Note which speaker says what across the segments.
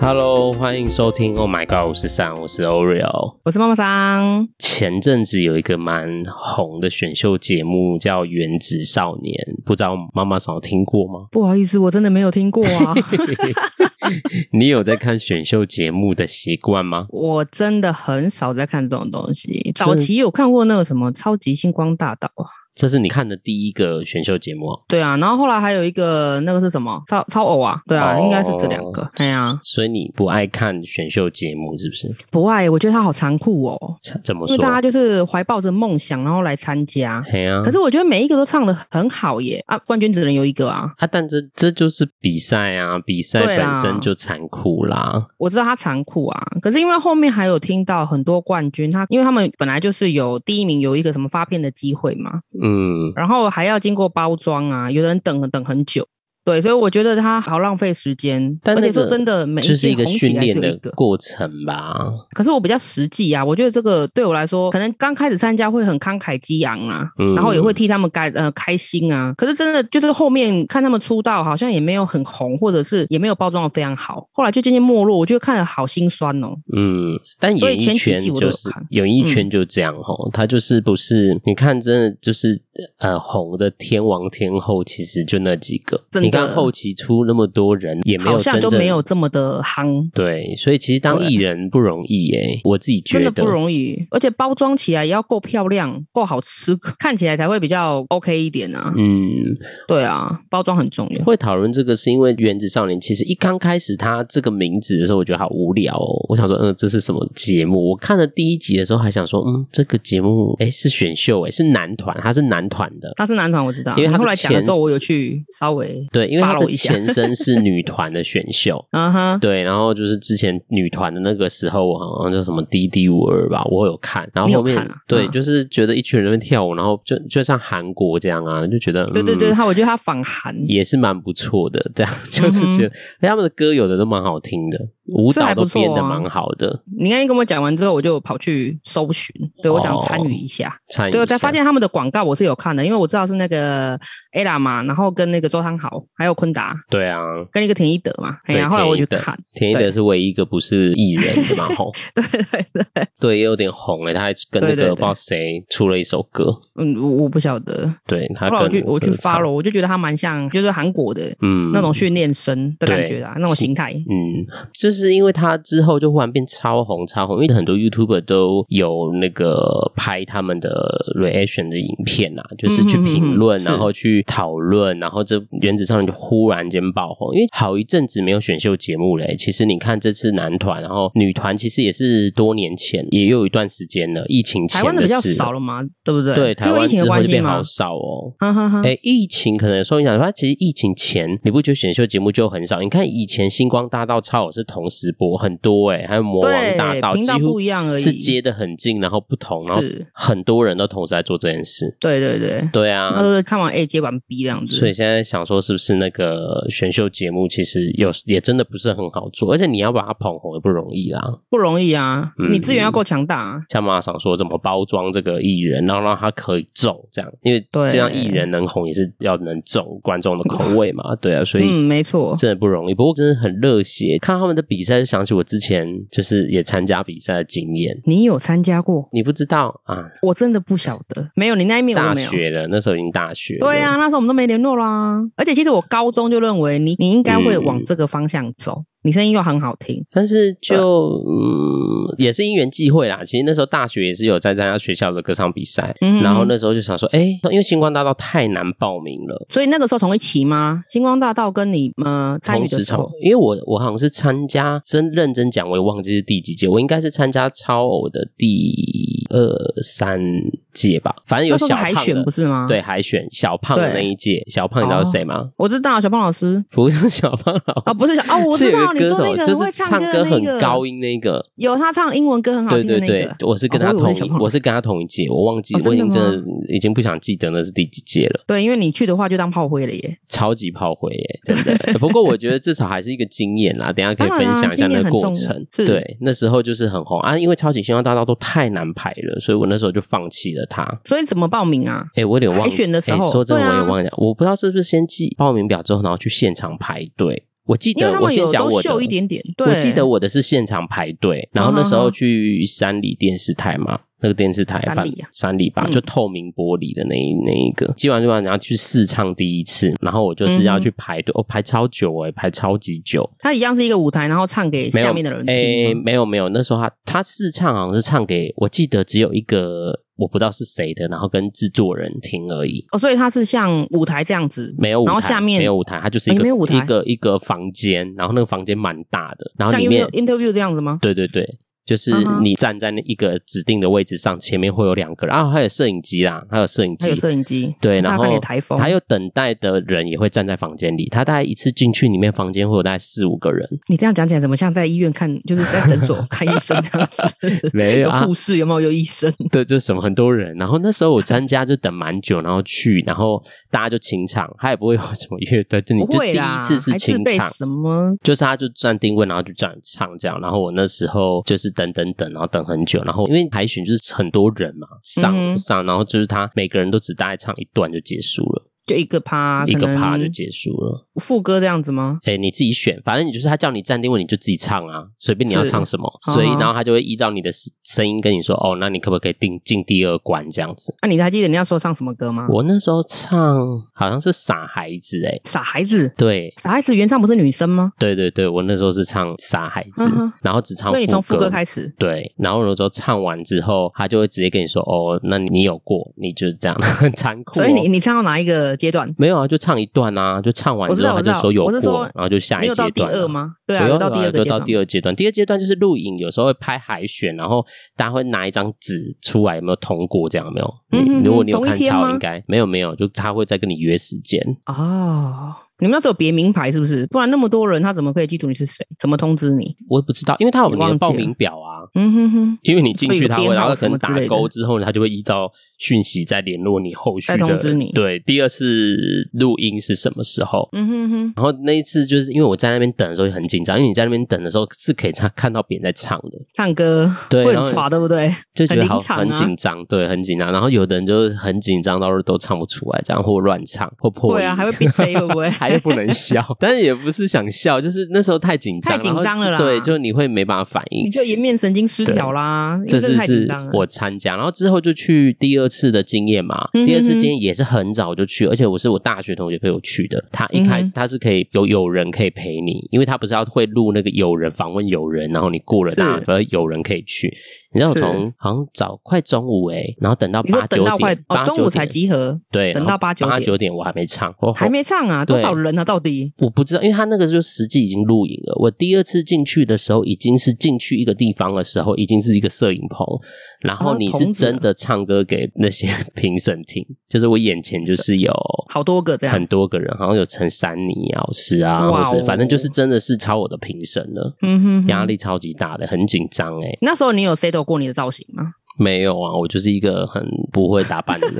Speaker 1: Hello，欢迎收听 Oh My God 五十三，我是 Oreo。
Speaker 2: 我是妈妈桑，
Speaker 1: 前阵子有一个蛮红的选秀节目叫《原子少年》，不知道妈妈嫂听过吗？
Speaker 2: 不好意思，我真的没有听过 啊，
Speaker 1: 你有在看选秀节目的习惯吗？
Speaker 2: 我真的很少在看这种东西。早期有看过那个什么《超级星光大道》啊，
Speaker 1: 这是你看的第一个选秀节目哦、
Speaker 2: 对啊，然后后来还有一个那个是什么超超偶啊，对啊，
Speaker 1: 哦
Speaker 2: 应该是这两个。哎呀、
Speaker 1: 所以你不爱看选秀节目是不是？
Speaker 2: 不爱，我觉得他好残酷哦，
Speaker 1: 怎么
Speaker 2: 因为
Speaker 1: 说？
Speaker 2: 大家就是怀抱着梦想然后来参加，
Speaker 1: 嘿啊，
Speaker 2: 可是我觉得每一个都唱的很好耶啊，冠军只能有一个啊。
Speaker 1: 啊，但这这就是比赛啊，比赛
Speaker 2: 对啦
Speaker 1: 本身就残酷啦。
Speaker 2: 我知道他残酷啊，可是因为后面还有听到很多冠军，他因为他们本来就是有第一名有一个什么发片的机会嘛，
Speaker 1: 嗯，
Speaker 2: 然后还要经过包装啊，有的人等等很久。对，所以我觉得他好浪费时间，
Speaker 1: 但
Speaker 2: 而
Speaker 1: 那
Speaker 2: 且说
Speaker 1: 个
Speaker 2: 真的，每一
Speaker 1: 就是
Speaker 2: 季
Speaker 1: 一个
Speaker 2: 红起
Speaker 1: 训
Speaker 2: 来是
Speaker 1: 练
Speaker 2: 有一
Speaker 1: 的
Speaker 2: 个。
Speaker 1: 过程吧。
Speaker 2: 可是我比较实际啊，我觉得这个对我来说，可能刚开始参加会很慷慨激昂啊，
Speaker 1: 嗯
Speaker 2: 然后也会替他们开呃开心啊。可是真的就是后面看他们出道，好像也没有很红，或者是也没有包装的非常好，后来就渐渐没落，我觉得看得好心酸哦。
Speaker 1: 嗯，但
Speaker 2: 所以
Speaker 1: 演艺
Speaker 2: 前几
Speaker 1: 圈
Speaker 2: 季我都
Speaker 1: 就
Speaker 2: 有
Speaker 1: 是
Speaker 2: 看嗯
Speaker 1: 演艺圈就这样吼，他就是不是你看真的就是呃红的天王天后其实就那几个，
Speaker 2: 真的
Speaker 1: 你看后期出那么多人也没
Speaker 2: 好
Speaker 1: 有真
Speaker 2: 像
Speaker 1: 正
Speaker 2: 就没有这么的夯，
Speaker 1: 对，所以其实当
Speaker 2: 对
Speaker 1: 艺人不容易耶、我自己觉
Speaker 2: 真
Speaker 1: 得
Speaker 2: 的不容易，而且包装起来也要够漂亮、够好吃， 看起来才会比较 OK 一点啊。
Speaker 1: 嗯，
Speaker 2: 对啊，包装很重要。
Speaker 1: 会讨论这个是因为《原子少年》其实一刚开始他这个名字的时候，我觉得好无聊哦。我想说，嗯，这是什么节目？我看了第一集的时候还想说，嗯，这个节目诶是选秀诶是男团，他是男团的。
Speaker 2: 他是男团，我知道。
Speaker 1: 因为他的
Speaker 2: 你后来讲
Speaker 1: 前
Speaker 2: 了之后，我有去稍微
Speaker 1: 对，因为他
Speaker 2: follow
Speaker 1: 的
Speaker 2: 一下，
Speaker 1: 前身是女团的选秀
Speaker 2: 嗯哼，
Speaker 1: 对，然后就是之前女团的那个时候，我好像叫什么 D D 五二吧，我有看，然后
Speaker 2: 你有
Speaker 1: 后面、
Speaker 2: 看啊
Speaker 1: 对，
Speaker 2: 嗯
Speaker 1: 就是觉得一群人在跳舞，然后就就像韩国这样啊，就觉得
Speaker 2: 对对对，
Speaker 1: 嗯
Speaker 2: 他我嗯觉得他仿韩，
Speaker 1: 也是蛮不错的，这样就是觉得、他们的歌有的都蛮好听的，舞
Speaker 2: 是
Speaker 1: 蹈
Speaker 2: 还
Speaker 1: 都
Speaker 2: 不错啊
Speaker 1: 编的蛮好的，
Speaker 2: 你刚才跟我讲完之后，我就跑去搜寻，对我想
Speaker 1: 哦
Speaker 2: 参与一下。
Speaker 1: 参与
Speaker 2: 对，我
Speaker 1: 一下
Speaker 2: 才发现他们的广告我是有看的，因为我知道是那个 ella 嘛，然后跟那个周汤豪，还有坤达，
Speaker 1: 对啊，
Speaker 2: 跟一个田一德嘛。哎
Speaker 1: 对
Speaker 2: 呀，后来我
Speaker 1: 田
Speaker 2: 就
Speaker 1: 一德
Speaker 2: 看，
Speaker 1: 田一德是唯一一个不是艺人的嘛，吼，
Speaker 2: 对对对，
Speaker 1: 对，也有点红欸诶、他还跟那
Speaker 2: 对对
Speaker 1: 个
Speaker 2: 对
Speaker 1: 不知道谁出了一首歌，
Speaker 2: 嗯，我我不晓得。
Speaker 1: 对他
Speaker 2: 后来我
Speaker 1: 跟
Speaker 2: 去我去
Speaker 1: 合唱
Speaker 2: follow，我就觉得他蛮像就是韩国的
Speaker 1: 嗯
Speaker 2: 那种训练生的感觉啦，啊那种形态。
Speaker 1: 嗯，就是因为他之后就忽然变超红超红，因为很多 YouTuber 都有那个拍他们的 reaction 的影片啊，就是去评论，
Speaker 2: 嗯哼嗯哼是
Speaker 1: 然后去讨论，然后这原子少年就忽然间爆红，因为好一阵子没有选秀节目嘞、其实你看这次男团，然后女团其实也是多年前，也有一段时间了，疫情前
Speaker 2: 台湾的比较
Speaker 1: 事啊
Speaker 2: 少了嘛，对不对？
Speaker 1: 对，台
Speaker 2: 是因为
Speaker 1: 湾
Speaker 2: 疫情
Speaker 1: 之
Speaker 2: 的
Speaker 1: 后
Speaker 2: 关
Speaker 1: 就
Speaker 2: 系
Speaker 1: 变
Speaker 2: 吗
Speaker 1: 好？少哦。
Speaker 2: 哈哈哈。
Speaker 1: 哎、疫情可能受影响，它其实疫情前你不觉得选秀节目就很少？你看以前星光大道、超偶是同时播，很多哎、还有魔王
Speaker 2: 对
Speaker 1: 大道，
Speaker 2: 频
Speaker 1: 几
Speaker 2: 道
Speaker 1: 乎
Speaker 2: 不一样而已
Speaker 1: 是接的很近，然后不同，然后
Speaker 2: 是
Speaker 1: 很多人都同时在做这件事。
Speaker 2: 对对对，
Speaker 1: 对
Speaker 2: 那
Speaker 1: 啊，
Speaker 2: 都是看完 A 接完 B 这样子。
Speaker 1: 所以现在想说，是不是那个选秀节目其实有也真的不是很好做，而且你要把它捧红也不容易啦。
Speaker 2: 不容易啊，
Speaker 1: 嗯
Speaker 2: 你资源要够强大、啊。
Speaker 1: 像马上说怎么包装这个艺人，然后让他可以中这样，因为
Speaker 2: 对
Speaker 1: 这样艺人能红也是要能中观众的口味嘛。对啊，所以
Speaker 2: 嗯，没错。
Speaker 1: 真的不容易，不过真的很热血。看他们的比赛，就想起我之前就是也参加比赛的经验。
Speaker 2: 你有参加过？
Speaker 1: 你不知道啊，
Speaker 2: 我真的不晓得，没有你那一面我
Speaker 1: 大
Speaker 2: 都没有。
Speaker 1: 学了，那时候已经大学了。
Speaker 2: 对啊，，那时候我们都没联络啦。而且其实我高中就认为你你应该会
Speaker 1: 嗯
Speaker 2: 往这个方向走，你声音又很好听，
Speaker 1: 但是
Speaker 2: 啊
Speaker 1: 就嗯，也是因缘际会啦。其实那时候大学也是有在参加学校的歌唱比赛，
Speaker 2: 嗯
Speaker 1: 然后那时候就想说，哎，因为星光大道太难报名了。
Speaker 2: 所以那个时候同一期吗？星光大道跟你呃参
Speaker 1: 同
Speaker 2: 与
Speaker 1: 时
Speaker 2: 的时
Speaker 1: 超
Speaker 2: 候，，
Speaker 1: 因为我我好像是参加，真认真讲，我也忘记是第几届，我应该是参加超偶的第二三届吧，反正有
Speaker 2: 那时
Speaker 1: 小
Speaker 2: 候是
Speaker 1: 胖
Speaker 2: 海
Speaker 1: 的
Speaker 2: 选不是吗？
Speaker 1: 对，，海选小胖的那
Speaker 2: 对
Speaker 1: 一届，小胖你知道是谁吗？
Speaker 2: 我知道小胖老师
Speaker 1: 不是小胖老
Speaker 2: 啊、
Speaker 1: 师，
Speaker 2: 不是小哦，我
Speaker 1: 是
Speaker 2: 知
Speaker 1: 有一
Speaker 2: 道
Speaker 1: 个
Speaker 2: 你
Speaker 1: 歌
Speaker 2: 说
Speaker 1: 手，
Speaker 2: 那个
Speaker 1: 就是
Speaker 2: 会唱
Speaker 1: 唱
Speaker 2: 歌的那
Speaker 1: 很
Speaker 2: 个
Speaker 1: 高音那个。
Speaker 2: 有他唱英文歌很好
Speaker 1: 对
Speaker 2: 听的
Speaker 1: 对
Speaker 2: 那
Speaker 1: 对
Speaker 2: 个，，
Speaker 1: 我是跟他
Speaker 2: 哦我以
Speaker 1: 同
Speaker 2: 为是
Speaker 1: 一
Speaker 2: 小，胖
Speaker 1: 我是跟他同一届，我忘记
Speaker 2: 哦，
Speaker 1: 我已
Speaker 2: 真
Speaker 1: 经
Speaker 2: 的
Speaker 1: 真
Speaker 2: 吗
Speaker 1: 的已经不想记得那是第几届了，
Speaker 2: 对，因为你去的话就当炮灰了耶。
Speaker 1: 超级炮灰耶，真的。 不过我觉得至少还是一个经验啦，等一下可以
Speaker 2: 当
Speaker 1: 分
Speaker 2: 然啊
Speaker 1: 享一下
Speaker 2: 经
Speaker 1: 那
Speaker 2: 验
Speaker 1: 个
Speaker 2: 很
Speaker 1: 过
Speaker 2: 重要
Speaker 1: 程。
Speaker 2: 是
Speaker 1: 对，那时候就是很红啊，因为超级星光大道都太难排了，所以我那时候就放弃了他。
Speaker 2: 所以怎么报名啊？
Speaker 1: 哎、我有点忘
Speaker 2: 海选的时
Speaker 1: 诶
Speaker 2: 候
Speaker 1: 说真的，我
Speaker 2: 对啊
Speaker 1: 也忘了，我不知道是不是先寄报名表之后，然后去现场排队。我记
Speaker 2: 因为
Speaker 1: 得
Speaker 2: 他
Speaker 1: 我
Speaker 2: 们
Speaker 1: 先
Speaker 2: 有
Speaker 1: 讲
Speaker 2: 都
Speaker 1: 我的
Speaker 2: 秀一，点点。对，
Speaker 1: 我记得我的是现场排队，然后那时
Speaker 2: 嗯
Speaker 1: 候
Speaker 2: 哼
Speaker 1: 去山里电视台嘛，那个电视台
Speaker 2: 山
Speaker 1: 反
Speaker 2: 里啊
Speaker 1: 山里吧，
Speaker 2: 嗯
Speaker 1: 就透明玻璃的那一那一个，基本上就然后去试唱第一次，然后我就是要
Speaker 2: 嗯哼
Speaker 1: 去排队，我、哦排超久哎、排超级久，
Speaker 2: 他一样是一个舞台，然后唱给
Speaker 1: 没有
Speaker 2: 下面的人
Speaker 1: 诶，
Speaker 2: 听吗。
Speaker 1: 没有没有，那时候他他试唱好像是唱给我记得只有一个我不知道是谁的，然后跟制作人听而已，
Speaker 2: 哦，所以他是像舞台这样子，
Speaker 1: 没有舞台，
Speaker 2: 然后下面
Speaker 1: 没有舞台，它就是一
Speaker 2: 哦
Speaker 1: 个、
Speaker 2: 你没有舞台
Speaker 1: 一个一个房间，然后那个房间蛮大的，然后
Speaker 2: 像
Speaker 1: 里
Speaker 2: inter-
Speaker 1: 面
Speaker 2: interview 这样子吗？
Speaker 1: 对对对。就是
Speaker 2: 嗯哼
Speaker 1: 你站在那一个指定的位置上，前面会有两个人，然啊后还有摄影机啦，还有摄影
Speaker 2: 还
Speaker 1: 机
Speaker 2: 有，摄影机，
Speaker 1: 对，
Speaker 2: 大
Speaker 1: 然
Speaker 2: 家
Speaker 1: 后
Speaker 2: 看你的台风，
Speaker 1: 还有等待的人也会站在房间里。他大概一次进去里面房间会有大概四五个人，
Speaker 2: 你这样讲起来，怎么像在医院看，就是在诊所 看医生这样子？
Speaker 1: 没有
Speaker 2: 有
Speaker 1: 啊
Speaker 2: 护士，有没有有医生？
Speaker 1: 对，就什么很多人。然后那时候我参加就等蛮久，然后去，然后大家就清场，他也不会有什么乐队，就你
Speaker 2: 不
Speaker 1: 就
Speaker 2: 会
Speaker 1: 第一
Speaker 2: 啦，
Speaker 1: 次是
Speaker 2: 还
Speaker 1: 清
Speaker 2: 备
Speaker 1: 场，
Speaker 2: 什么？
Speaker 1: 就是他就站定位，然后就这样唱这样。然后我那时候就是等等等，然后等很久，然后因为海选就是很多人嘛，上
Speaker 2: 嗯
Speaker 1: 不
Speaker 2: 哼
Speaker 1: 上，然后就是他每个人都只大概唱一段就结束了，
Speaker 2: 就一个趴，
Speaker 1: 一个
Speaker 2: 可能
Speaker 1: 趴就结束了。
Speaker 2: 副歌这样子吗？
Speaker 1: 哎，你自己选，反正你就是他叫你站定位，你就自己唱啊，随便你要
Speaker 2: 是
Speaker 1: 唱什么，所以
Speaker 2: 哦
Speaker 1: 然后他就会依照你的声音跟你说，哦，那你可不可以定进第二关这样子？
Speaker 2: 那、啊你还记得你那时候唱什么歌吗？
Speaker 1: 我那时候唱好像是傻孩子哎、欸，
Speaker 2: 傻孩子，
Speaker 1: 对
Speaker 2: 傻孩子原唱不是女生吗？
Speaker 1: 对对对，我那时候是唱傻孩子，
Speaker 2: 嗯哼
Speaker 1: 然后只唱
Speaker 2: 所以你从副
Speaker 1: 歌
Speaker 2: 歌开始，
Speaker 1: 对，然后有时候唱完之后，他就会直接跟你说：“哦，那你有过，你就是这样， 很残酷、哦。”
Speaker 2: 所以你你唱到哪一个阶段？
Speaker 1: 没有啊，就唱一段啊，就唱完
Speaker 2: 我知
Speaker 1: 之后他
Speaker 2: 道
Speaker 1: 就
Speaker 2: 我知道
Speaker 1: 说有
Speaker 2: 我
Speaker 1: 过，
Speaker 2: 是说
Speaker 1: 然后就下
Speaker 2: 你
Speaker 1: 一阶段、
Speaker 2: 有到
Speaker 1: 啊。
Speaker 2: 第二吗？对啊，
Speaker 1: 有
Speaker 2: 有
Speaker 1: 啊
Speaker 2: 到第
Speaker 1: 有
Speaker 2: 二
Speaker 1: 啊
Speaker 2: 个
Speaker 1: 就
Speaker 2: 阶段
Speaker 1: 到。第二阶段，第二阶段就是录影，有时候会拍海选，然后大家会拿一张纸出来，有没有通过这样？有没有，
Speaker 2: 嗯
Speaker 1: 你
Speaker 2: 哼
Speaker 1: 如果你有
Speaker 2: 同一
Speaker 1: 看
Speaker 2: 天
Speaker 1: 超，
Speaker 2: 吗
Speaker 1: 应该没有没有，就他会再跟你约时间。
Speaker 2: 哦，你们那时候有别名牌是不是？不然那么多人，他怎么可以记住你是谁？怎么通知你？
Speaker 1: 我也不知道，因为他有
Speaker 2: 你
Speaker 1: 你的
Speaker 2: 忘记
Speaker 1: 报
Speaker 2: 了
Speaker 1: 名表啊，
Speaker 2: 嗯哼哼，
Speaker 1: 因为你进
Speaker 2: 会有
Speaker 1: 去
Speaker 2: 个
Speaker 1: 他会，
Speaker 2: 编号
Speaker 1: 然后可能
Speaker 2: 什么之
Speaker 1: 打
Speaker 2: 类的
Speaker 1: 勾之后，他就会依照讯息再联络你后续的。
Speaker 2: 再通知你
Speaker 1: 对，第二次录音是什么时候？
Speaker 2: 嗯哼哼，
Speaker 1: 然后那一次就是因为我在那边等的时候也很紧张，因为你在那边等的时候是可以看看到别人在唱的，
Speaker 2: 唱歌
Speaker 1: 对
Speaker 2: 会
Speaker 1: 然后
Speaker 2: 很耍，对不对？
Speaker 1: 就觉得
Speaker 2: 很
Speaker 1: 好
Speaker 2: 临场啊
Speaker 1: 很紧张，对，很紧张。然后有的人就是很紧张到都唱不出来，这样或乱唱或破音，
Speaker 2: 对啊，还会闭嘴，会不会？
Speaker 1: 还是不能 笑，但是也不是想笑，就是那时候太紧张，
Speaker 2: 太紧张了啦
Speaker 1: 然后对，就你会没办法反应
Speaker 2: 你。就颜面神经失调啦，因
Speaker 1: 这
Speaker 2: 为真
Speaker 1: 次
Speaker 2: 的太紧
Speaker 1: 是
Speaker 2: 张了。
Speaker 1: 我参加，然后之后就去第二次的经验嘛。
Speaker 2: 嗯哼哼
Speaker 1: 第二次经验也是很早就去，而且我是我大学同学陪我去的。他
Speaker 2: 嗯
Speaker 1: 一开始他是可以有有人可以陪你，因为他不是要会录那个友人访问友人，然后你过了
Speaker 2: 是
Speaker 1: 大家有人可以去。你知道我
Speaker 2: 是
Speaker 1: 从好像早快中午哎、然后等到
Speaker 2: 你说
Speaker 1: 八九
Speaker 2: 等到快
Speaker 1: 点，
Speaker 2: 哦，
Speaker 1: 八
Speaker 2: 中午
Speaker 1: 九
Speaker 2: 才
Speaker 1: 点
Speaker 2: 集合，
Speaker 1: 对，
Speaker 2: 等
Speaker 1: 然后
Speaker 2: 到八九
Speaker 1: 八
Speaker 2: 点
Speaker 1: 九点我还没唱，我
Speaker 2: 还没唱啊，
Speaker 1: 对
Speaker 2: 多少人啊？到底
Speaker 1: 我不知道，因为他那个就实际已经录影了。我第二次进去的时候，已经是进去一个地方的时候，已经是一个摄影棚，然后
Speaker 2: 啊
Speaker 1: 你是
Speaker 2: 棚子
Speaker 1: 真的唱歌给那些评审听，就是我眼前就是有。
Speaker 2: 好多个这样
Speaker 1: 很。多个人，好像有陈珊妮老师啊，
Speaker 2: 啊哇哦
Speaker 1: 或是反正就是真的是超我的评审了，
Speaker 2: 嗯哼哼
Speaker 1: 压力超级大的，很紧张哎。
Speaker 2: 那时候你有 settle 过你的造型吗？
Speaker 1: 没有啊，我就是一个很不会打扮的 人，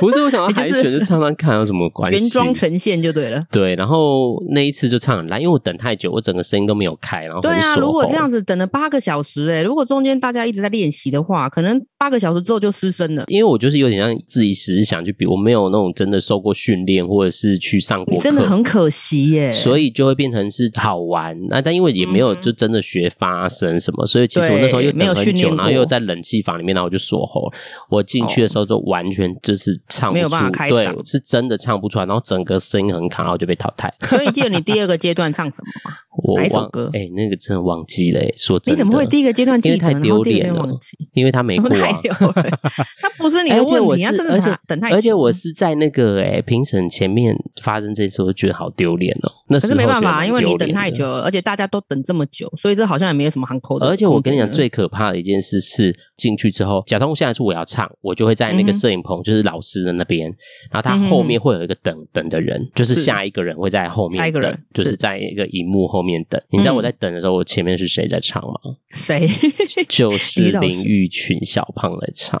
Speaker 1: 不是我想要
Speaker 2: 你就
Speaker 1: 海
Speaker 2: 是
Speaker 1: 选就唱唱看有什么关系？
Speaker 2: 原装呈现就对了。
Speaker 1: 对，然后那一次就唱很烂，因为我等太久，我整个声音都没有开，然后
Speaker 2: 对
Speaker 1: 很
Speaker 2: 啊，
Speaker 1: 锁
Speaker 2: 如果这
Speaker 1: 喉
Speaker 2: 样子等了八个小时、欸，如果中间大家一直在练习的话，可能八个小时之后就失声了。
Speaker 1: 因为我就是有点像自己只是想去比，我没有那种真的受过训练，或者是去上过
Speaker 2: 你
Speaker 1: 课，
Speaker 2: 真的很可惜耶、
Speaker 1: 所以就会变成是好玩。那但因为也没有
Speaker 2: 嗯
Speaker 1: 就真的学发声什么，所以其实我
Speaker 2: 对
Speaker 1: 那时候又
Speaker 2: 没有
Speaker 1: 等很
Speaker 2: 训
Speaker 1: 久，
Speaker 2: 练
Speaker 1: 然后又
Speaker 2: 过哦
Speaker 1: 在冷气房里面，然后我就锁喉。我进去的时候就完全就是唱不
Speaker 2: 没有
Speaker 1: 出，
Speaker 2: 办法开
Speaker 1: 对，
Speaker 2: 嗓
Speaker 1: 是真的唱不出来，然后整个声音很卡，然后就被淘汰。
Speaker 2: 所以记得你第二个阶段唱什 么吗？
Speaker 1: 我
Speaker 2: 哪一首
Speaker 1: 忘
Speaker 2: 歌
Speaker 1: 哎、那个真的忘记了、哎说真
Speaker 2: 你
Speaker 1: 的，
Speaker 2: 怎么会第一个阶段
Speaker 1: 因
Speaker 2: 记
Speaker 1: 为
Speaker 2: 得，
Speaker 1: 太
Speaker 2: 然
Speaker 1: 丢
Speaker 2: 后第二个
Speaker 1: 脸
Speaker 2: 阶
Speaker 1: 了
Speaker 2: 段忘记？
Speaker 1: 因为他没过、
Speaker 2: 太
Speaker 1: 啊。
Speaker 2: 丢脸， 那不是你的
Speaker 1: 而且我
Speaker 2: 问题，
Speaker 1: 是
Speaker 2: 那真，
Speaker 1: 而
Speaker 2: 的
Speaker 1: 且
Speaker 2: 等等太久
Speaker 1: 而且我是在那个诶评审前面发生这次，我觉得好丢脸哦。那时
Speaker 2: 可是
Speaker 1: 候
Speaker 2: 没办
Speaker 1: 觉得
Speaker 2: 法，啊
Speaker 1: 蛮
Speaker 2: 因为你等
Speaker 1: 丢脸
Speaker 2: 太
Speaker 1: 的
Speaker 2: 久。了，而且大家都等这么久，所以这好像也没有什么行口的空间了。
Speaker 1: 而且我跟你讲，最可怕的一件事是进去之后，假装现在是我要唱，我就会在那个
Speaker 2: 嗯哼嗯
Speaker 1: 摄影棚，就是老师的那边，然后他后面会有一个等等的人，就是
Speaker 2: 是
Speaker 1: 下一个人会在后
Speaker 2: 下
Speaker 1: 面
Speaker 2: 一个人嗯
Speaker 1: 等，就是
Speaker 2: 是
Speaker 1: 在一个荧幕后面等。你知道我在等的时候，我前面是谁在唱吗？
Speaker 2: 谁
Speaker 1: 就是
Speaker 2: 你老师哦
Speaker 1: 林玉群小胖在唱。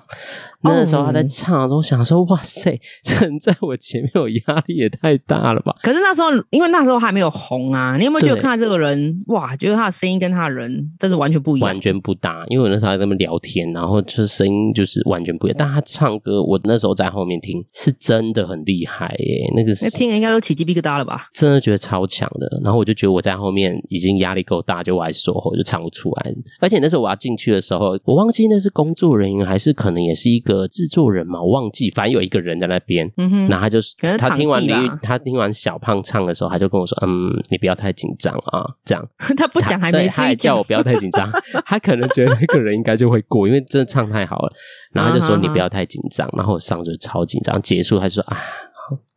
Speaker 1: 那时候他在唱的时候，我想说，哇塞，这人在我前面，我压力也太大了吧？
Speaker 2: 可是那时候，因为那时候还没有红啊，你有没有觉得
Speaker 1: 对
Speaker 2: 看到这个人，哇，觉得他的声音跟他的人真是完全不一样
Speaker 1: 完？全不搭，因为我那时候还跟他们聊天，然后就是声音就是完全不一样。但他唱歌，我那时候在后面听，是真的很厉害耶、那个
Speaker 2: 那听了应该都起鸡皮疙瘩了吧？
Speaker 1: 真的觉得超强的。然后我就觉得我在后面已经压力够大，就我还说我就唱不出来。而且那时候我要进去的时候，我忘记那是工作人员还是可能也是一个制作人嘛，我忘记，反正有一个人在那边。
Speaker 2: 嗯哼，
Speaker 1: 然后他就
Speaker 2: 可能
Speaker 1: 他听完
Speaker 2: 场
Speaker 1: 李
Speaker 2: 记吧
Speaker 1: 玉，他听完小胖唱的时候，他就跟我说：“嗯，你不要太紧张啊，这样。”
Speaker 2: 他不讲还
Speaker 1: 对
Speaker 2: 没
Speaker 1: 他
Speaker 2: 睡
Speaker 1: 还叫
Speaker 2: 觉
Speaker 1: 我，不要太紧张，他可能觉得那个人应该就会过，因为真的唱太好了。然后他就说
Speaker 2: 嗯哼
Speaker 1: 你不要太紧张，然后我上就超紧张，结束他就说啊。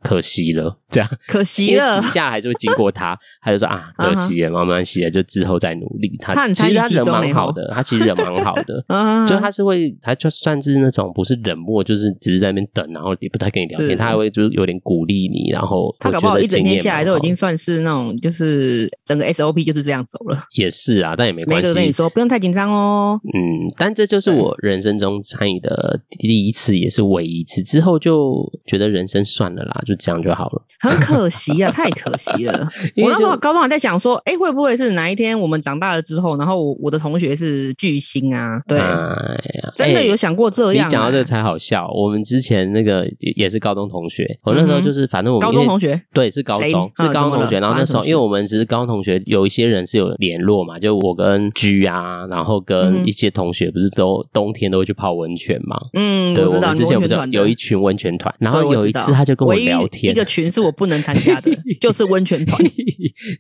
Speaker 1: 可惜了，这样
Speaker 2: 可惜
Speaker 1: 歇
Speaker 2: 了
Speaker 1: 几。下还是会经过他，他就说啊，可
Speaker 2: 嗯哼
Speaker 1: 惜了，慢慢歇，就之后再努力。
Speaker 2: 他很
Speaker 1: 其实
Speaker 2: 参与
Speaker 1: 他
Speaker 2: 其
Speaker 1: 人
Speaker 2: 中
Speaker 1: 蛮
Speaker 2: 欸
Speaker 1: 好
Speaker 2: 吼，
Speaker 1: 的，他其实人蛮好的
Speaker 2: 嗯，
Speaker 1: 就他是会，他就算是那种不是冷漠，就是只是在那边等，然后也不太跟你聊天，
Speaker 2: 是
Speaker 1: 他还会就是有点鼓励你，然后
Speaker 2: 他
Speaker 1: 我
Speaker 2: 搞不
Speaker 1: 觉
Speaker 2: 好
Speaker 1: 得
Speaker 2: 一整
Speaker 1: 经
Speaker 2: 天
Speaker 1: 验
Speaker 2: 下
Speaker 1: 蛮
Speaker 2: 来都
Speaker 1: 好
Speaker 2: 已经算是那种，就是整个 SOP 就是这样走了。
Speaker 1: 也是啊，但也没关系，
Speaker 2: 每个都跟你说不用太紧张哦。
Speaker 1: 嗯，但这就是我人生中参与的第一次，也是唯一一次。之后就觉得人生算了啦，就这样就好了。
Speaker 2: 很可惜啊，太可惜了。
Speaker 1: 因
Speaker 2: 我
Speaker 1: 为
Speaker 2: 那
Speaker 1: 就
Speaker 2: 时候高中还在想说，哎、会不会是哪一天我们长大了之后，然后我我的同学是巨星啊？对，
Speaker 1: 哎呀，
Speaker 2: 真的
Speaker 1: 哎
Speaker 2: 有想过这
Speaker 1: 你
Speaker 2: 样、啊
Speaker 1: 讲到这个才好笑。我们之前那个也也是高中同学，我那时候就是反正我们
Speaker 2: 嗯高
Speaker 1: 因
Speaker 2: 中
Speaker 1: 为
Speaker 2: 同学，
Speaker 1: 对，是高
Speaker 2: 谁
Speaker 1: 中，是高
Speaker 2: 嗯
Speaker 1: 中
Speaker 2: 怎么
Speaker 1: 同学。
Speaker 2: 了
Speaker 1: 然后那时
Speaker 2: 发生什
Speaker 1: 候，
Speaker 2: 么事
Speaker 1: 因为我们其实高中同学有一些人是有联络嘛，就我跟居啊，然后
Speaker 2: 嗯
Speaker 1: 跟
Speaker 2: 哼
Speaker 1: 一些同学不是都冬天都会去泡温泉嘛。
Speaker 2: 嗯，
Speaker 1: 对，
Speaker 2: 知
Speaker 1: 我
Speaker 2: 道
Speaker 1: 们
Speaker 2: 你
Speaker 1: 之前
Speaker 2: 们
Speaker 1: 不是
Speaker 2: 温
Speaker 1: 有
Speaker 2: 泉团的
Speaker 1: 有一群温泉团，然
Speaker 2: 对
Speaker 1: 后
Speaker 2: 我
Speaker 1: 有
Speaker 2: 知
Speaker 1: 一
Speaker 2: 道
Speaker 1: 次他就跟我
Speaker 2: 唯一
Speaker 1: 聊天，
Speaker 2: 一个群是我不能参加 的，就是温泉团，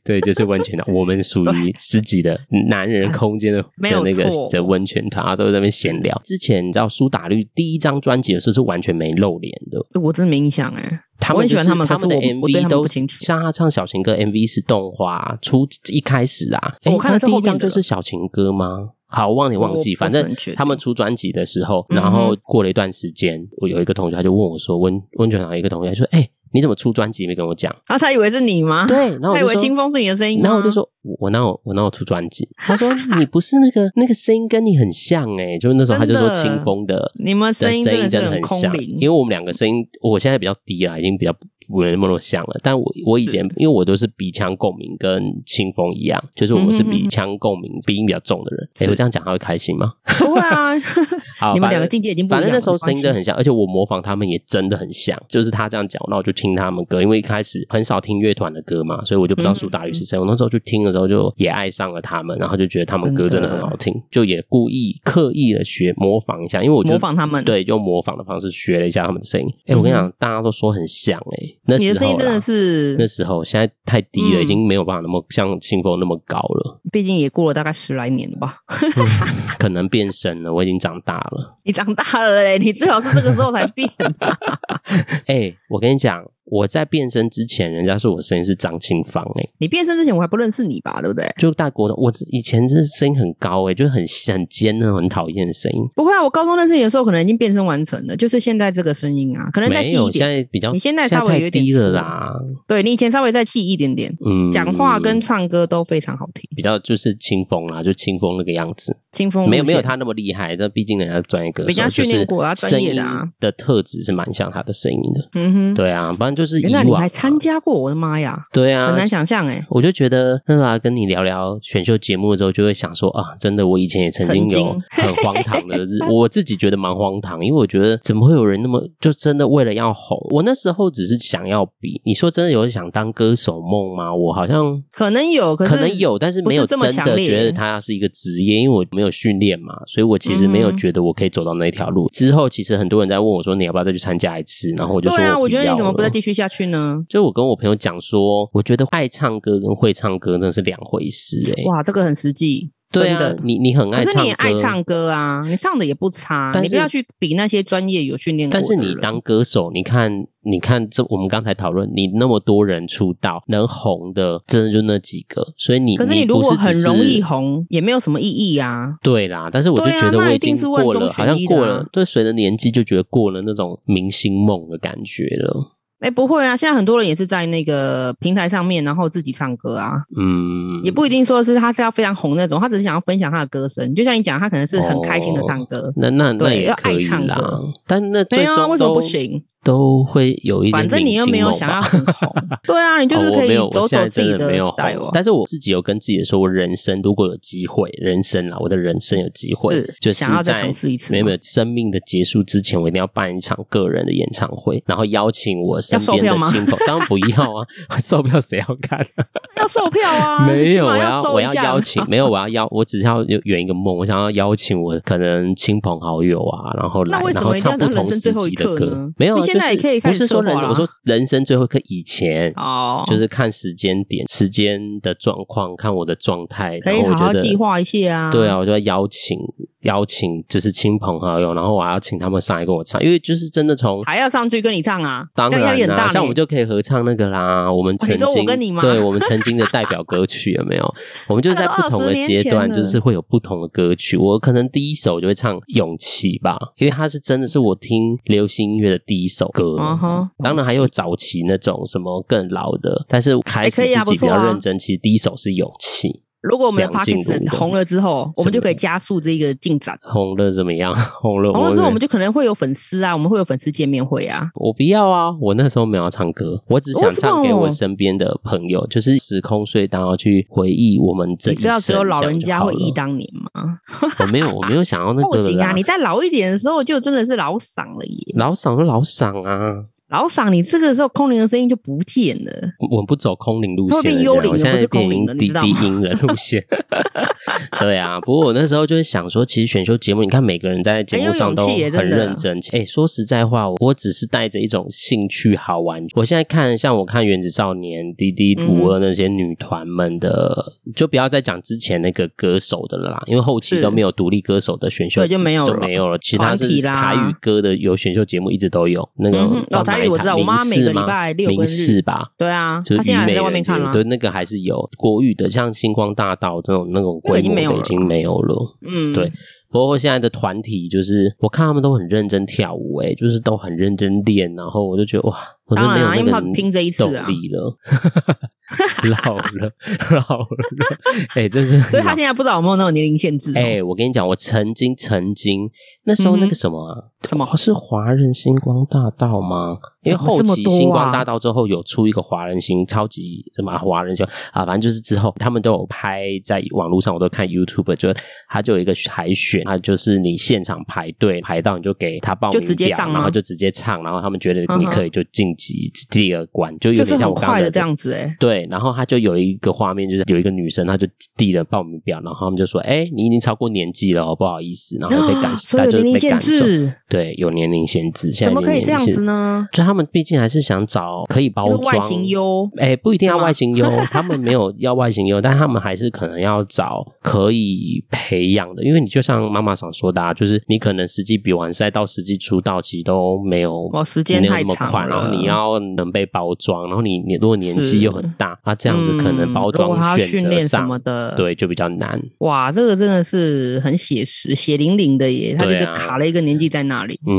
Speaker 1: 对，就是温 泉团，我们属于自己的男人空间的
Speaker 2: 没
Speaker 1: 的
Speaker 2: 有
Speaker 1: 那个
Speaker 2: 错
Speaker 1: 的温泉团，啊，都在那边闲聊。之前你知道苏打绿第一张专辑的时候是完全没露脸的，
Speaker 2: 我真没印象哎、
Speaker 1: 他
Speaker 2: 我
Speaker 1: 们
Speaker 2: 很喜
Speaker 1: 就是
Speaker 2: 欢他们，可是
Speaker 1: 的
Speaker 2: 我我对
Speaker 1: MV
Speaker 2: 他们
Speaker 1: 都
Speaker 2: 不清楚。
Speaker 1: 像他唱小情歌 MV 是动画啊出一开始啊，诶
Speaker 2: 哦我看的是
Speaker 1: 他第
Speaker 2: 后
Speaker 1: 一
Speaker 2: 面
Speaker 1: 张
Speaker 2: 的
Speaker 1: 就是小情歌吗？好，我忘了
Speaker 2: 我
Speaker 1: 忘记，
Speaker 2: 不
Speaker 1: 反
Speaker 2: 是
Speaker 1: 正
Speaker 2: 很确定
Speaker 1: 他们出专辑的时候，
Speaker 2: 嗯哼
Speaker 1: 然后过了一段时间，我有一个同学他就问我说，温温泉堂有一个同学他说，哎、你怎么出专辑没跟我讲？
Speaker 2: 然后他以为是你吗？
Speaker 1: 对，啊然后我
Speaker 2: 啊他以
Speaker 1: 就
Speaker 2: 为
Speaker 1: 说
Speaker 2: 清风是你的声音吗，啊
Speaker 1: 然后我就说，我我哪有我哪有出专辑？他说你不是那个那个声音跟你很像哎、欸，就是那时候他就说
Speaker 2: 真的
Speaker 1: 清风的
Speaker 2: 你们声音
Speaker 1: 声音
Speaker 2: 真的
Speaker 1: 真
Speaker 2: 是
Speaker 1: 的
Speaker 2: 很
Speaker 1: 很
Speaker 2: 空
Speaker 1: 像，
Speaker 2: 灵
Speaker 1: 因为我们两个声音我现在比较低啦，已经比较不不那么像了。但我我以前因为我都是鼻腔共鸣跟清风一样，就是我是
Speaker 2: 嗯哼嗯
Speaker 1: 鼻
Speaker 2: 哼
Speaker 1: 腔共鸣鼻音比较重的人。哎、
Speaker 2: 是
Speaker 1: 我这样讲他会开心吗？
Speaker 2: 不会啊，
Speaker 1: 好，
Speaker 2: 你
Speaker 1: 反
Speaker 2: 们两
Speaker 1: 正
Speaker 2: 个境界已经不一
Speaker 1: 反
Speaker 2: 样了。
Speaker 1: 正那时候声音真的
Speaker 2: 没关系
Speaker 1: 很像，而且我模仿他们也真的很像。就是他这样讲，那我就听他们歌，因为一开始很少听乐团的歌嘛，所以我就不知
Speaker 2: 嗯
Speaker 1: 道苏打绿是谁。我那时候就听的时候，就也爱上了他们，然后就觉得他们歌真的很好听，就也故意刻意的学模仿一下，因为我就
Speaker 2: 模仿他们，嗯
Speaker 1: 对用模仿的方式学了一下他们的声音。哎、我跟你讲，大家都说很像哎、那时
Speaker 2: 你
Speaker 1: 候
Speaker 2: 的声音
Speaker 1: 啦
Speaker 2: 真的是
Speaker 1: 那时候现在太低了，
Speaker 2: 嗯
Speaker 1: 已经没有办法那么像清风那么高了，
Speaker 2: 毕竟也过了大概十来年了吧。
Speaker 1: 可能变声了，我已经长大了。
Speaker 2: 你长大了嘞，你最好是这个时候才变吧。
Speaker 1: 哎、我跟你讲，我在变身之前，人家说我声音是张清芳、哎，
Speaker 2: 你变声之前我还不认识你吧，对不对？
Speaker 1: 就大国的，我以前是声音很高、哎，就是很很尖那种很讨厌的声音。
Speaker 2: 不会啊，我高中认识你的时候可能已经变声完成了，就是现在这个声音啊，可能再
Speaker 1: 没
Speaker 2: 细
Speaker 1: 有，
Speaker 2: 一
Speaker 1: 现
Speaker 2: 点。
Speaker 1: 在比较
Speaker 2: 你现在稍微有
Speaker 1: 太
Speaker 2: 一点
Speaker 1: 低了啦，
Speaker 2: 对你以前稍微再细一点点，
Speaker 1: 嗯，
Speaker 2: 讲话跟唱歌都非常好听。
Speaker 1: 比较就是清风啦，就清风那个样子，
Speaker 2: 清风
Speaker 1: 没有没有
Speaker 2: 路线
Speaker 1: 他那么厉害，但毕竟人家是专业歌手，
Speaker 2: 比较训练过啊
Speaker 1: 就是
Speaker 2: 专
Speaker 1: 声
Speaker 2: 业
Speaker 1: 音
Speaker 2: 的啊
Speaker 1: 的特质是蛮像他的声音的。
Speaker 2: 嗯哼，
Speaker 1: 对啊，不然就是以
Speaker 2: 原来你
Speaker 1: 往啊
Speaker 2: 还参加过，我的妈呀，
Speaker 1: 对啊，
Speaker 2: 很难想象哎。
Speaker 1: 我就觉得那时候啊跟你聊聊选秀节目的时候，就会想说啊，真的，我以前也曾经有
Speaker 2: 曾经
Speaker 1: 很荒唐的 日，我自己觉得蛮荒唐，因为我觉得怎么会有人那么就真的为了要红？我那时候只是想要比，你说真的有想当歌手梦吗？我好像。
Speaker 2: 可能有，可是
Speaker 1: 可能有，但是没有
Speaker 2: 不是这
Speaker 1: 真
Speaker 2: 么强
Speaker 1: 的
Speaker 2: 烈
Speaker 1: 觉得它是一个职业，因为我没有训练嘛，所以我其实没有
Speaker 2: 嗯哼
Speaker 1: 觉得我可以走到那条路。之后其实很多人在问我说你要不要再去参加一次，然后我就说
Speaker 2: 对啊，
Speaker 1: 我
Speaker 2: 我
Speaker 1: 不
Speaker 2: 觉得
Speaker 1: 要
Speaker 2: 你怎么不
Speaker 1: 了
Speaker 2: 再继续下去呢？
Speaker 1: 就我跟我朋友讲说，我觉得爱唱歌跟会唱歌真的是两回事哎、
Speaker 2: 哇，这个很实际，
Speaker 1: 对
Speaker 2: 真
Speaker 1: 啊
Speaker 2: 的，。
Speaker 1: 你你很爱
Speaker 2: 可
Speaker 1: 唱
Speaker 2: 是
Speaker 1: 歌，
Speaker 2: 你也爱唱歌啊，你唱的也不差，
Speaker 1: 但
Speaker 2: 你
Speaker 1: 是
Speaker 2: 不要去比那些专业有训练过
Speaker 1: 但
Speaker 2: 的
Speaker 1: 是
Speaker 2: 人。
Speaker 1: 你当歌手，你看你看这我们刚才讨论，你那么多人出道能红的，真的就那几个，所以你
Speaker 2: 可是你
Speaker 1: 你
Speaker 2: 如
Speaker 1: 不
Speaker 2: 果
Speaker 1: 是只
Speaker 2: 很
Speaker 1: 是
Speaker 2: 容易。红，也没有什么意义啊。
Speaker 1: 对啦，但是我就
Speaker 2: 对啊
Speaker 1: 觉得
Speaker 2: 那
Speaker 1: 我已
Speaker 2: 一定
Speaker 1: 经
Speaker 2: 是万
Speaker 1: 过
Speaker 2: 中
Speaker 1: 了，
Speaker 2: 选
Speaker 1: 好像
Speaker 2: 一的
Speaker 1: 过
Speaker 2: 啊
Speaker 1: 了，对，随着年纪就觉得过了那种明星梦的感觉了。
Speaker 2: 哎、不会啊，现在很多人也是在那个平台上面，然后自己唱歌啊，
Speaker 1: 嗯，
Speaker 2: 也不一定说是他是要非常红那种，他只是想要分享他的歌声。就像你讲，他可能是很开
Speaker 1: 哦
Speaker 2: 心的唱歌，
Speaker 1: 那那那
Speaker 2: 对
Speaker 1: 也
Speaker 2: 要
Speaker 1: 可
Speaker 2: 爱
Speaker 1: 以
Speaker 2: 唱
Speaker 1: 啦
Speaker 2: 歌，
Speaker 1: 但那
Speaker 2: 对
Speaker 1: 最
Speaker 2: 啊，
Speaker 1: 终
Speaker 2: 为什么
Speaker 1: 都
Speaker 2: 不行？
Speaker 1: 都会有一点，
Speaker 2: 反正你又没有想要很红，对啊，你就是
Speaker 1: 哦
Speaker 2: 可
Speaker 1: 我
Speaker 2: 以
Speaker 1: 没有
Speaker 2: 走
Speaker 1: 我现
Speaker 2: 走
Speaker 1: 在
Speaker 2: 自
Speaker 1: 真
Speaker 2: 己
Speaker 1: 的没有
Speaker 2: style
Speaker 1: 红
Speaker 2: 啊。
Speaker 1: 但是我自己有跟自己说，我人生如果有机会，人生啊啦，我的人生有机会
Speaker 2: 是，
Speaker 1: 就是
Speaker 2: 想要再
Speaker 1: 在
Speaker 2: 尝试一次
Speaker 1: 没有
Speaker 2: 吗
Speaker 1: 没有生命的结束之前，我一定要办一场个人的演唱会，然后邀请我身
Speaker 2: 要售
Speaker 1: 边
Speaker 2: 票
Speaker 1: 的
Speaker 2: 吗
Speaker 1: 亲朋，当然不要啊， 售票谁要看、
Speaker 2: 要售票 啊，
Speaker 1: 没
Speaker 2: 你起
Speaker 1: 有，
Speaker 2: 码
Speaker 1: 我
Speaker 2: 要
Speaker 1: 我
Speaker 2: 收一
Speaker 1: 要
Speaker 2: 下
Speaker 1: 邀请， 没有，我要邀，我只是要有圆一个梦，我想要邀请我可能亲朋好友啊，然后来，
Speaker 2: 那为什
Speaker 1: 然
Speaker 2: 么
Speaker 1: 后
Speaker 2: 一定要
Speaker 1: 唱不
Speaker 2: 等人
Speaker 1: 同
Speaker 2: 生
Speaker 1: 时
Speaker 2: 最后一
Speaker 1: 期的
Speaker 2: 刻呢
Speaker 1: 歌，没有啊，
Speaker 2: 你现
Speaker 1: 就
Speaker 2: 在
Speaker 1: 是
Speaker 2: 也可以开
Speaker 1: 不
Speaker 2: 始啊
Speaker 1: 是说
Speaker 2: 策划
Speaker 1: 人生，
Speaker 2: 啦
Speaker 1: 我说人生最后一刻以前，
Speaker 2: 哦，
Speaker 1: 就是看时间点、时间的状况，看我的状态，
Speaker 2: 可以
Speaker 1: 然后
Speaker 2: 好
Speaker 1: 我觉
Speaker 2: 好
Speaker 1: 得
Speaker 2: 计划一下啊。
Speaker 1: 对啊，，我就要邀请邀请就是亲朋好友，然后我还要请他们上来跟我唱，因为就是真的从
Speaker 2: 还要上去跟你唱啊，
Speaker 1: 当
Speaker 2: 这样压
Speaker 1: 然
Speaker 2: 力很
Speaker 1: 啦、
Speaker 2: 大呢。哦
Speaker 1: 像我们就可以合唱那个啦。我们曾
Speaker 2: 你说
Speaker 1: 经，
Speaker 2: 我跟你吗
Speaker 1: 对我们曾经的代表歌曲有没有？我们就是在不 同的阶段，
Speaker 2: 那都20年前了
Speaker 1: 就是会有不同的歌曲。我可能第一首就会唱《勇气》吧，因为它是真的是我听流行音乐的第一首歌。
Speaker 2: 嗯哼
Speaker 1: 当然还有早期那种什么更老的，但是开始
Speaker 2: 哎可以啊
Speaker 1: 自己比较
Speaker 2: 不错啊
Speaker 1: 认真，其实第一首是《勇气》。
Speaker 2: 如果我们的
Speaker 1: 梁静茹
Speaker 2: Pockets
Speaker 1: 的
Speaker 2: 红了之后，我们就可以加速这个进展。
Speaker 1: 红了怎么样？ 红了，
Speaker 2: 红了之后，我们
Speaker 1: 就
Speaker 2: 就可能会有粉丝啊，我们会有粉丝见面会啊。
Speaker 1: 我不要啊！我那时候没有要唱歌，我只想唱给
Speaker 2: 为什么
Speaker 1: 我身边的朋友，就是时空隧道去回忆我们这
Speaker 2: 你
Speaker 1: 一
Speaker 2: 知道只有
Speaker 1: 生
Speaker 2: 老
Speaker 1: 这
Speaker 2: 人
Speaker 1: 样就
Speaker 2: 家
Speaker 1: 好
Speaker 2: 会忆
Speaker 1: 了
Speaker 2: 当年吗？
Speaker 1: 我没有，我没有想要那
Speaker 2: 不
Speaker 1: 个
Speaker 2: 行
Speaker 1: 啦
Speaker 2: 啊，你再老一点的时候就真的是老嗓了耶，
Speaker 1: 老嗓就老嗓啊，
Speaker 2: 老嗓你这个时候空灵的声音就不见了。
Speaker 1: 我我不走空灵路
Speaker 2: 它会
Speaker 1: 线
Speaker 2: 变
Speaker 1: 了，
Speaker 2: 幽灵
Speaker 1: 现在我现
Speaker 2: 了不
Speaker 1: 在
Speaker 2: 是
Speaker 1: 变
Speaker 2: 空灵了
Speaker 1: 低
Speaker 2: 你知道
Speaker 1: 低
Speaker 2: 吗
Speaker 1: 音人路 线。对啊，不过我那时候就是想说，其实选秀节目，你看每个人在节目上都
Speaker 2: 很有勇气耶
Speaker 1: 很
Speaker 2: 真的
Speaker 1: 认真。哎、说实在话，我只是带着一种兴趣好玩。我现在看，像我看《原子少年》、滴滴
Speaker 2: 嗯
Speaker 1: 五二那些女团们的，就不要再讲之前那个歌手的了啦，因为后期
Speaker 2: 是
Speaker 1: 都没有独立歌手的选秀，
Speaker 2: 对就没有
Speaker 1: 就
Speaker 2: 了
Speaker 1: 没有了。其他
Speaker 2: 团
Speaker 1: 是
Speaker 2: 体啦
Speaker 1: 台语歌的有选秀节目一直都有，那个
Speaker 2: 嗯哼
Speaker 1: 到
Speaker 2: 哦台
Speaker 1: 哪
Speaker 2: 语
Speaker 1: 一
Speaker 2: 我
Speaker 1: 台
Speaker 2: 知道我妈
Speaker 1: 民
Speaker 2: 每
Speaker 1: 视
Speaker 2: 个礼
Speaker 1: 吗
Speaker 2: 拜六
Speaker 1: 民
Speaker 2: 跟日
Speaker 1: 视吧，
Speaker 2: 对啊，
Speaker 1: 就是
Speaker 2: 他现在
Speaker 1: 虞
Speaker 2: 还
Speaker 1: 美
Speaker 2: 在外
Speaker 1: 人
Speaker 2: 面
Speaker 1: 节
Speaker 2: 看啊
Speaker 1: 目
Speaker 2: 啦。
Speaker 1: 对，那个还是有国语的，像星光大道这种那种
Speaker 2: 那个
Speaker 1: 规
Speaker 2: 已经
Speaker 1: 模
Speaker 2: 没有
Speaker 1: 的已
Speaker 2: 了
Speaker 1: 经没有了。
Speaker 2: 嗯，
Speaker 1: 对，不过现在的团体就是，我看他们都很认真跳舞、欸，就是都很认真练，然后我就觉得哇，我真的
Speaker 2: 当
Speaker 1: 没
Speaker 2: 然
Speaker 1: 有
Speaker 2: 啊，因为
Speaker 1: 那
Speaker 2: 他
Speaker 1: 个
Speaker 2: 拼这一次
Speaker 1: 动
Speaker 2: 啊，
Speaker 1: 力了， 老了， 老了，哎、真是
Speaker 2: 所以
Speaker 1: 老
Speaker 2: 他现在不知道有没有那种年龄限制哦。
Speaker 1: 哎、我跟你讲，我曾经曾经那时候那
Speaker 2: 嗯
Speaker 1: 个
Speaker 2: 哼
Speaker 1: 什么啊，
Speaker 2: 什么
Speaker 1: 是华人星光大道吗？因为
Speaker 2: 怎么
Speaker 1: 后
Speaker 2: 这么
Speaker 1: 期
Speaker 2: 多
Speaker 1: 星光
Speaker 2: 啊
Speaker 1: 大道之后有出一个华人星超级什么啊华人星啊，反正就是之后他们都有拍在网络上，我都看 YouTube，就他就有一个海选，他就是你现场排队排到你就给他报
Speaker 2: 就
Speaker 1: 名
Speaker 2: 直接
Speaker 1: 表
Speaker 2: 上
Speaker 1: 然后
Speaker 2: 吗
Speaker 1: 就直接唱，然后他们觉得你
Speaker 2: 嗯哼
Speaker 1: 可以就晋级第二关，就有
Speaker 2: 就是
Speaker 1: 点像我
Speaker 2: 很
Speaker 1: 刚刚
Speaker 2: 快的
Speaker 1: 的
Speaker 2: 这样子哎，
Speaker 1: 对，然后他就有一个画面，就是有一个女生，她就递了报名表，然后他们就说：“哎，你已经超过年纪了哦，不好意思。”然后被赶，
Speaker 2: 啊所以
Speaker 1: 她
Speaker 2: 有
Speaker 1: 就
Speaker 2: 年
Speaker 1: 被
Speaker 2: 龄限
Speaker 1: 赶走。
Speaker 2: 制，
Speaker 1: 对，有年龄限制，现在
Speaker 2: 怎么
Speaker 1: 已
Speaker 2: 可
Speaker 1: 经
Speaker 2: 以这
Speaker 1: 年
Speaker 2: 样
Speaker 1: 龄限
Speaker 2: 子？呢？
Speaker 1: 就他们毕竟还是想找可以包
Speaker 2: 就是
Speaker 1: 装
Speaker 2: 外形优，
Speaker 1: 哎，不一定要
Speaker 2: 是吗
Speaker 1: 外形 优，他们没有要外形优，但他们还是可能要找可以培养的，因为你就像妈妈想说的、啊，就是你可能实际比完赛到实际出道，其实都没有
Speaker 2: 哦时间
Speaker 1: 没有
Speaker 2: 太
Speaker 1: 那么
Speaker 2: 长
Speaker 1: 快，然后
Speaker 2: 了
Speaker 1: 你要能被包装，然后你你如果年纪
Speaker 2: 是
Speaker 1: 又很大，啊这样子可能
Speaker 2: 嗯
Speaker 1: 包
Speaker 2: 如果他
Speaker 1: 装
Speaker 2: 要
Speaker 1: 选
Speaker 2: 训
Speaker 1: 择
Speaker 2: 练什
Speaker 1: 上
Speaker 2: 么的，，
Speaker 1: 对就比较难，
Speaker 2: 哇，这个真的是很写实、血淋淋的耶，他这
Speaker 1: 对
Speaker 2: 个
Speaker 1: 啊
Speaker 2: 卡了一个年纪在那里，
Speaker 1: 嗯，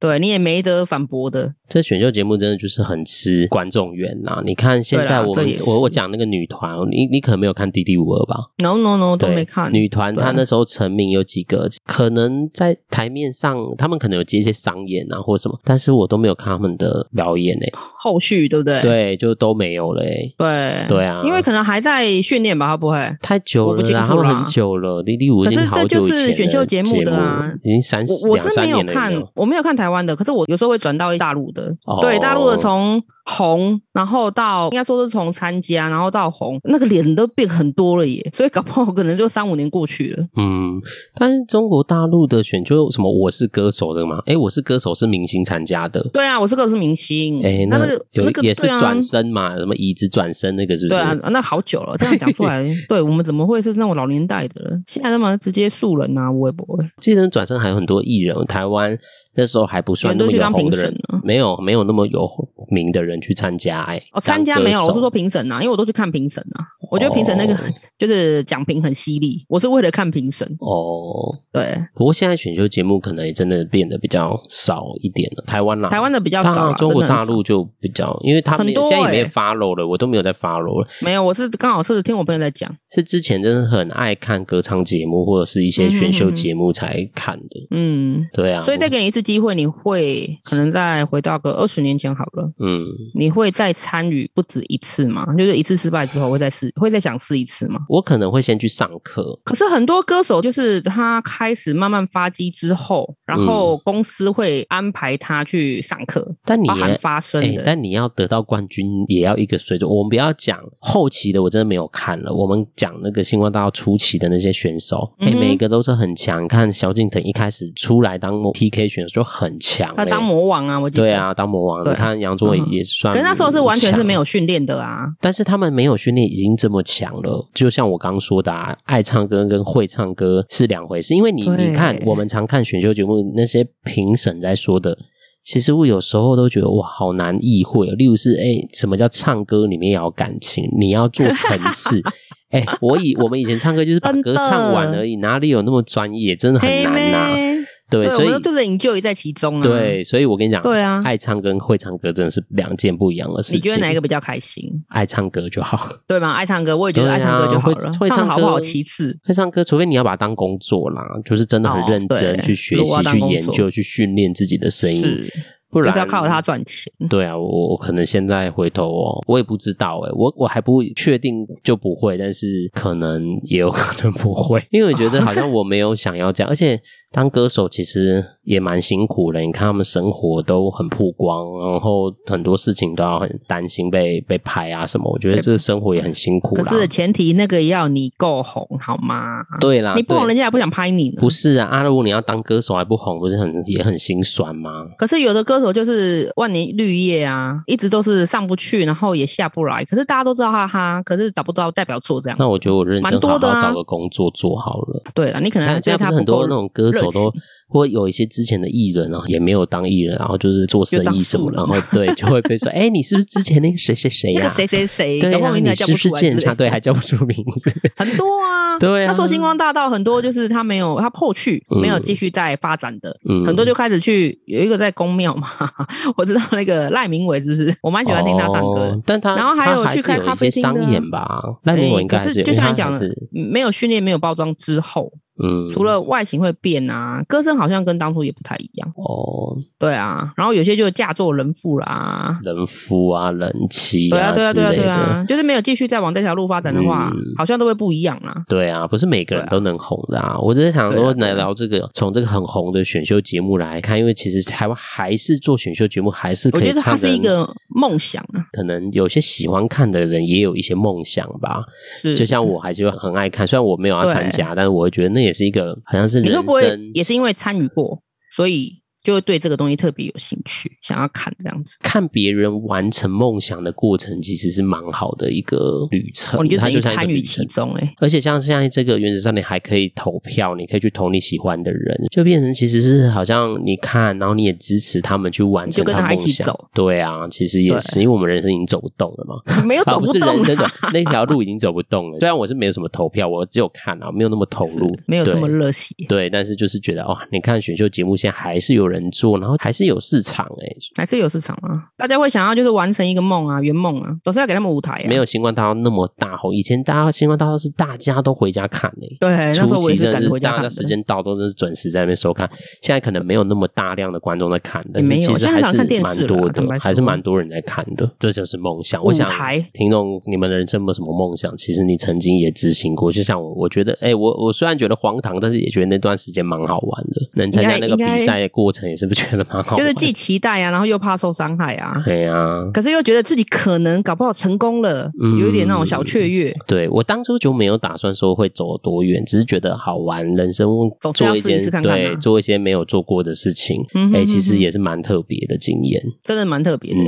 Speaker 2: 对你也没得反驳的，
Speaker 1: 这选秀节目真的就是很吃观众缘啦。你看现
Speaker 2: 对
Speaker 1: 在
Speaker 2: 啦
Speaker 1: 我
Speaker 2: 这
Speaker 1: 们
Speaker 2: 也
Speaker 1: 我我
Speaker 2: 是
Speaker 1: 讲那个女团，你你可能没有看《D D 五二》吧？
Speaker 2: no no no 都
Speaker 1: 对，
Speaker 2: 没看，
Speaker 1: 女团，
Speaker 2: 对啊
Speaker 1: 她那时候成名有几个，可能在台面上，他们可能有接一些商演啊或什么，但是我都没有看他们的表演诶、
Speaker 2: 后续对不对？
Speaker 1: 对，就都没有嘞、欸。
Speaker 2: 对
Speaker 1: 对啊
Speaker 2: 因为可能还在训练吧，他不会。
Speaker 1: 太久
Speaker 2: 我不
Speaker 1: 了
Speaker 2: 清
Speaker 1: 啦，
Speaker 2: 楚
Speaker 1: 他们
Speaker 2: 啦
Speaker 1: 很久了，滴滴五已
Speaker 2: 可
Speaker 1: 经
Speaker 2: 是
Speaker 1: 好
Speaker 2: 这
Speaker 1: 久
Speaker 2: 就
Speaker 1: 以
Speaker 2: 是
Speaker 1: 前
Speaker 2: 选秀节目
Speaker 1: 目
Speaker 2: 的啊
Speaker 1: 已经三
Speaker 2: 我我
Speaker 1: 两
Speaker 2: 是没
Speaker 1: 三
Speaker 2: 有
Speaker 1: 年了
Speaker 2: 看
Speaker 1: 有没有，
Speaker 2: 我没有看台湾的，可是我有时候会转到大陆的。
Speaker 1: 哦
Speaker 2: 对，大陆的从红，然后到应该说是从参加，然后到红，那个脸都变很多了耶， 所以搞不好可能就三五年过去了。
Speaker 1: 嗯，但是中国大陆的选秀什么我是歌手的嘛，诶，我是歌手是明星参加的，
Speaker 2: 对啊，我这个是明星，
Speaker 1: 诶，那
Speaker 2: 但是
Speaker 1: 有
Speaker 2: 嗯那个
Speaker 1: 也是
Speaker 2: 对啊
Speaker 1: 转身嘛，什么椅子转身那个是不
Speaker 2: 对
Speaker 1: 是？
Speaker 2: 啊，那好久了，这样讲 出来，对我们怎么会是那种老年代的人？现在他妈直接素人啊，我也不会。
Speaker 1: 记得转身还有很多艺人，台湾那时候还不算那么有红的人
Speaker 2: 有人都去当评审啊，
Speaker 1: 没有没有那么有名的人去参加、哎，
Speaker 2: 哦，参加
Speaker 1: 当歌
Speaker 2: 没有，
Speaker 1: 手
Speaker 2: 我是说评审啊，因为我都去看评审啊。我觉得评审那个、
Speaker 1: 哦
Speaker 2: 就是讲评很犀利，我是为了看评审。
Speaker 1: 哦，
Speaker 2: 对，
Speaker 1: 不过现在选秀节目可能也真的变得比较少一点了，台湾啦，
Speaker 2: 台湾的比较
Speaker 1: 啊当
Speaker 2: 少
Speaker 1: 然
Speaker 2: 啦，
Speaker 1: 中国
Speaker 2: 真的
Speaker 1: 大
Speaker 2: 很少
Speaker 1: 陆就比较，因为他们
Speaker 2: 很多
Speaker 1: 现在也没有
Speaker 2: 欸
Speaker 1: follow 了，我都没有在 follow 了。
Speaker 2: 没有，我是刚好是听我朋友在讲。
Speaker 1: 是之前真的很爱看歌唱节目或者是一些选秀节目才看的，
Speaker 2: 嗯，
Speaker 1: 对啊，
Speaker 2: 所以再给你一次机会，你会可能再回到个二十年前好了，
Speaker 1: 嗯，
Speaker 2: 你会再参与不止一次吗？就是一次失败之后会再试，会再想试一次吗？
Speaker 1: 我可能会先去上课，
Speaker 2: 可是很多歌手就是他开始慢慢发迹之后，然
Speaker 1: 嗯
Speaker 2: 后公司会安排他去上课，
Speaker 1: 但你
Speaker 2: 包含
Speaker 1: 也。
Speaker 2: 发声
Speaker 1: 哎、
Speaker 2: 的。
Speaker 1: 但你要得到冠军，也要一个水准。我们不要讲后期的，我真的没有看了。我们讲那个星光大道初期的那些选手，哎、
Speaker 2: 嗯哼
Speaker 1: 每一个都是很强。你看萧敬腾一开始出来当 PK 选手就很强、
Speaker 2: 他当
Speaker 1: 哎
Speaker 2: 魔王啊，我记得。
Speaker 1: 对，啊，当魔王。
Speaker 2: 对嗯
Speaker 1: 你看杨宗纬也算、
Speaker 2: 可是那时候是完全是没有训练的啊。
Speaker 1: 但是他们没有训练已经这么强了，就像我刚说的、啊，爱唱歌跟会唱歌是两回事。因为你
Speaker 2: 对
Speaker 1: 你看，我们常看选秀节目，那些评审在说的，其实我有时候都觉得哇，好难意会哦。例如是，哎、什么叫唱歌里面也要感情，你要做层次。 哎、我以我们以前唱歌就是把歌
Speaker 2: 真的
Speaker 1: 唱完而已，哪里有那么专业？真的很
Speaker 2: 嘿
Speaker 1: 难呐、啊
Speaker 2: 咩
Speaker 1: 对，
Speaker 2: 对，
Speaker 1: 所
Speaker 2: 我
Speaker 1: 以
Speaker 2: 们就是 enjoy 在其中啊。，
Speaker 1: 对，所以我跟你讲，
Speaker 2: 对啊
Speaker 1: 爱唱跟会唱歌真的是两件不一样的事情。
Speaker 2: 你觉得哪一个？比较开心？
Speaker 1: 爱唱歌就好。
Speaker 2: 对吗？爱唱歌，我也觉得爱唱歌就好了
Speaker 1: 对啊。会会
Speaker 2: 唱
Speaker 1: 唱
Speaker 2: 的
Speaker 1: 歌
Speaker 2: 好不好其次。
Speaker 1: 会唱歌，除非你要把它当工作啦，就是真的很
Speaker 2: 哦
Speaker 1: 认真
Speaker 2: 对
Speaker 1: 去学
Speaker 2: 如果
Speaker 1: 习、
Speaker 2: 要当
Speaker 1: 去
Speaker 2: 工
Speaker 1: 研
Speaker 2: 作
Speaker 1: 究、去训练自己的声音，
Speaker 2: 是，
Speaker 1: 不
Speaker 2: 就
Speaker 1: 然
Speaker 2: 是要靠它。赚钱。
Speaker 1: 对啊，我我可能现在回头哦，我也不知道哎、我我还不确定就不会，但是可能也有可能不会， 因为我觉得好像我没有想要这样，而且当歌手其实也蛮辛苦的，你看他们生活都很曝光，然后很多事情都要很担心被被拍啊什么，我觉得这生活也很辛苦
Speaker 2: 可
Speaker 1: 啦。
Speaker 2: 是前提那个要你够红，好吗？
Speaker 1: 对啦，
Speaker 2: 你不
Speaker 1: 啊
Speaker 2: 红，
Speaker 1: 对
Speaker 2: 人家也不想拍你呢。
Speaker 1: 不是啊，阿如果你要当歌手还不红，不是很也很心酸吗？
Speaker 2: 可是有的歌手就是万年绿叶啊，一直都是上不去，然后也下不来。可是大家都知道哈哈，可是找不到代表作这样子。
Speaker 1: 那我觉得我认真
Speaker 2: 蛮
Speaker 1: 好
Speaker 2: 多的
Speaker 1: 好
Speaker 2: 啊
Speaker 1: 找个工作做好了。
Speaker 2: 对了，你可
Speaker 1: 你
Speaker 2: 能
Speaker 1: 看现在
Speaker 2: 对
Speaker 1: 不
Speaker 2: 他
Speaker 1: 是很
Speaker 2: 够
Speaker 1: 多那种歌手
Speaker 2: 热
Speaker 1: 都
Speaker 2: 情，
Speaker 1: 或有一些之前的艺人啊，也没有当艺人，然后就是做生
Speaker 2: 就当
Speaker 1: 意什么，
Speaker 2: 素
Speaker 1: 然
Speaker 2: 人
Speaker 1: 后对就会被 说，哎，你是不是之前那个谁谁谁
Speaker 2: 那
Speaker 1: 哎呀
Speaker 2: 个？谁谁谁，
Speaker 1: 对
Speaker 2: 搞不
Speaker 1: 啊，
Speaker 2: 好名字
Speaker 1: 你
Speaker 2: 还叫
Speaker 1: 是
Speaker 2: 不
Speaker 1: 不是
Speaker 2: 出来之
Speaker 1: 见
Speaker 2: 类
Speaker 1: 差？
Speaker 2: 的，
Speaker 1: 对，还叫不出名字。
Speaker 2: 很多啊。
Speaker 1: 对啊
Speaker 2: 那时候星光大道很多就是他没有他后续没有继续在发展的，
Speaker 1: 嗯，
Speaker 2: 很多就开始去有一个在公庙嘛， 我知道那个赖明伟是不是？我蛮喜欢听他唱歌的。
Speaker 1: 哦但他
Speaker 2: 然后还
Speaker 1: 他
Speaker 2: 有
Speaker 1: 还
Speaker 2: 去
Speaker 1: 是
Speaker 2: 开
Speaker 1: 有一
Speaker 2: 咖啡
Speaker 1: 些
Speaker 2: 厅的
Speaker 1: 商
Speaker 2: 啊
Speaker 1: 演吧，赖明
Speaker 2: 哎
Speaker 1: 我应该
Speaker 2: 可
Speaker 1: 还
Speaker 2: 是
Speaker 1: 有
Speaker 2: 就
Speaker 1: 因为
Speaker 2: 像
Speaker 1: 他
Speaker 2: 你讲
Speaker 1: 还
Speaker 2: 的
Speaker 1: 是，
Speaker 2: 没有训练、没有包装之后，
Speaker 1: 嗯，
Speaker 2: 除了外形会变啊，歌声好像跟当初也不太一样。
Speaker 1: 哦
Speaker 2: 对啊，然后有些就嫁作人妇啦。
Speaker 1: 人夫啊、人妻
Speaker 2: 对啊，对啊，
Speaker 1: 之
Speaker 2: 对啊，
Speaker 1: 类
Speaker 2: 对
Speaker 1: 的，
Speaker 2: 啊，就是没有继续再往这条路发展的话，
Speaker 1: 嗯
Speaker 2: 好像都会不一样啦。
Speaker 1: 对啊，不是每个人都能红的啊。我只是想
Speaker 2: 对
Speaker 1: 说
Speaker 2: 啊对
Speaker 1: 来
Speaker 2: 啊
Speaker 1: 聊这个，从这个很红的选秀节目来看，因为其实台湾还是做选秀节目，还是
Speaker 2: 我
Speaker 1: 可
Speaker 2: 觉
Speaker 1: 以
Speaker 2: 得它
Speaker 1: 唱
Speaker 2: 是一
Speaker 1: 人。
Speaker 2: 个梦想啊，
Speaker 1: 可能有些喜欢看的人也有一些梦想
Speaker 2: 嗯
Speaker 1: 吧，
Speaker 2: 是
Speaker 1: 就像我还是很爱看，虽然我没有要参加，但是我会觉得那也是一个好像是
Speaker 2: 你
Speaker 1: 人
Speaker 2: 会
Speaker 1: 生
Speaker 2: 不会也是因为参与过，所以就会对这个东西特别有兴趣，想要看这样子？
Speaker 1: 看别人完成梦想的过程，其实是蛮好的一个旅程，
Speaker 2: 哦，你就
Speaker 1: 它
Speaker 2: 等
Speaker 1: 就
Speaker 2: 于
Speaker 1: 像一个
Speaker 2: 参
Speaker 1: 旅
Speaker 2: 与
Speaker 1: 程
Speaker 2: 其。中哎、
Speaker 1: 而且像现在这个原子少年还可以投票，你可以去投你喜欢的人，就变成其实是好像你看，然后你也支持他们去完成
Speaker 2: 你就跟
Speaker 1: 他
Speaker 2: 他
Speaker 1: 梦
Speaker 2: 一起
Speaker 1: 想
Speaker 2: 走。
Speaker 1: 对啊，其实也是，因为我们人生已经走不动了嘛，
Speaker 2: 没有
Speaker 1: 啊
Speaker 2: 走
Speaker 1: 不是
Speaker 2: 动、
Speaker 1: 人生走
Speaker 2: 啊，
Speaker 1: 那条路已经走不动 了。虽然我是没有什么投票，我只有看啊，没有那么投入，
Speaker 2: 没有这么
Speaker 1: 对
Speaker 2: 热血。
Speaker 1: 对，但是就是觉得哇，你看选秀节目现在还是有人做，然后还是有市场哎、
Speaker 2: 还是有市场啊，大家会想要就是完成一个梦啊，圆梦啊，总是要给他们舞台啊。
Speaker 1: 没有星光大道那么大红。以前大家星光大道是大家都回家看哎、
Speaker 2: 对，那时
Speaker 1: 初
Speaker 2: 候我
Speaker 1: 期
Speaker 2: 也
Speaker 1: 真的
Speaker 2: 是赶着
Speaker 1: 是
Speaker 2: 回家
Speaker 1: 大
Speaker 2: 看
Speaker 1: 家
Speaker 2: 的。
Speaker 1: 时间到都真是准时在那边收看，现在可能没有那么大量的观众在看，但是
Speaker 2: 没有
Speaker 1: 其实
Speaker 2: 现在
Speaker 1: 还
Speaker 2: 想
Speaker 1: 是
Speaker 2: 看电
Speaker 1: 蛮
Speaker 2: 视
Speaker 1: 多
Speaker 2: 啦坦白
Speaker 1: 的，
Speaker 2: 说
Speaker 1: 还是蛮多人在看的，这就是梦想。我
Speaker 2: 舞
Speaker 1: 想
Speaker 2: 台
Speaker 1: 听众，你们的人生有没有什么梦想？其实你曾经也执行过，就像我，我觉得，哎、我我虽然觉得荒唐，但是也觉得那段时间蛮好玩的，能参加
Speaker 2: 应
Speaker 1: 那
Speaker 2: 该
Speaker 1: 个比
Speaker 2: 应该
Speaker 1: 赛的过程，也是不是觉得蛮好玩？
Speaker 2: 就是既期待啊，然后又怕受伤害 啊，
Speaker 1: 对啊，
Speaker 2: 可是又觉得自己可能搞不好成功了，
Speaker 1: 嗯
Speaker 2: 有一点那种小雀跃，
Speaker 1: 对我当初就没有打算说会走多远，只是觉得好玩，人生
Speaker 2: 总是
Speaker 1: 做
Speaker 2: 要
Speaker 1: 一件
Speaker 2: 试一试看看
Speaker 1: 对
Speaker 2: 嘛
Speaker 1: 做一些没有做过的事情，哎、
Speaker 2: 嗯哼
Speaker 1: 其
Speaker 2: 哼
Speaker 1: 实
Speaker 2: 哼
Speaker 1: 也是蛮特别的经验。
Speaker 2: 真的蛮特别的。
Speaker 1: 嗯，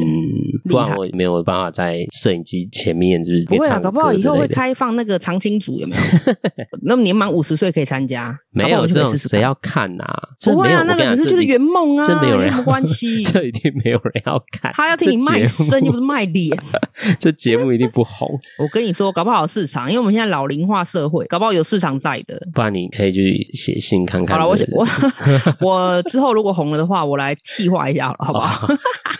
Speaker 2: 厉
Speaker 1: 不然
Speaker 2: 害
Speaker 1: 我没有办法在摄影机前面就是
Speaker 2: 不会啊，
Speaker 1: 唱歌
Speaker 2: 搞不好以
Speaker 1: 之
Speaker 2: 后
Speaker 1: 类
Speaker 2: 会
Speaker 1: 的。
Speaker 2: 开放那个常青组， 有没有？那么年满五十岁可以参加，
Speaker 1: 没
Speaker 2: 搞不好
Speaker 1: 有
Speaker 2: 我就
Speaker 1: 这
Speaker 2: 可以
Speaker 1: 种
Speaker 2: 试试
Speaker 1: 谁
Speaker 2: 看
Speaker 1: 要看啊？这
Speaker 2: 不会
Speaker 1: 没有
Speaker 2: 啊，
Speaker 1: 我
Speaker 2: 那
Speaker 1: 跟
Speaker 2: 个
Speaker 1: 你
Speaker 2: 只
Speaker 1: 讲
Speaker 2: 是就是
Speaker 1: 你
Speaker 2: 圆梦啊，
Speaker 1: 这没有人
Speaker 2: 什么关系？
Speaker 1: 这一定没有人要看。
Speaker 2: 他要听你卖
Speaker 1: 这
Speaker 2: 身，
Speaker 1: 节目
Speaker 2: 又不是卖脸。
Speaker 1: 这节目一定不红，
Speaker 2: 我跟你说，搞不好有市场，因为我们现在老龄化社会，搞不好有市场在的。
Speaker 1: 不然你可以去写信看
Speaker 2: 好
Speaker 1: 看
Speaker 2: 了，我
Speaker 1: 这个。
Speaker 2: 我我之后如果红了的话，我来气化一下好了，好不
Speaker 1: 啊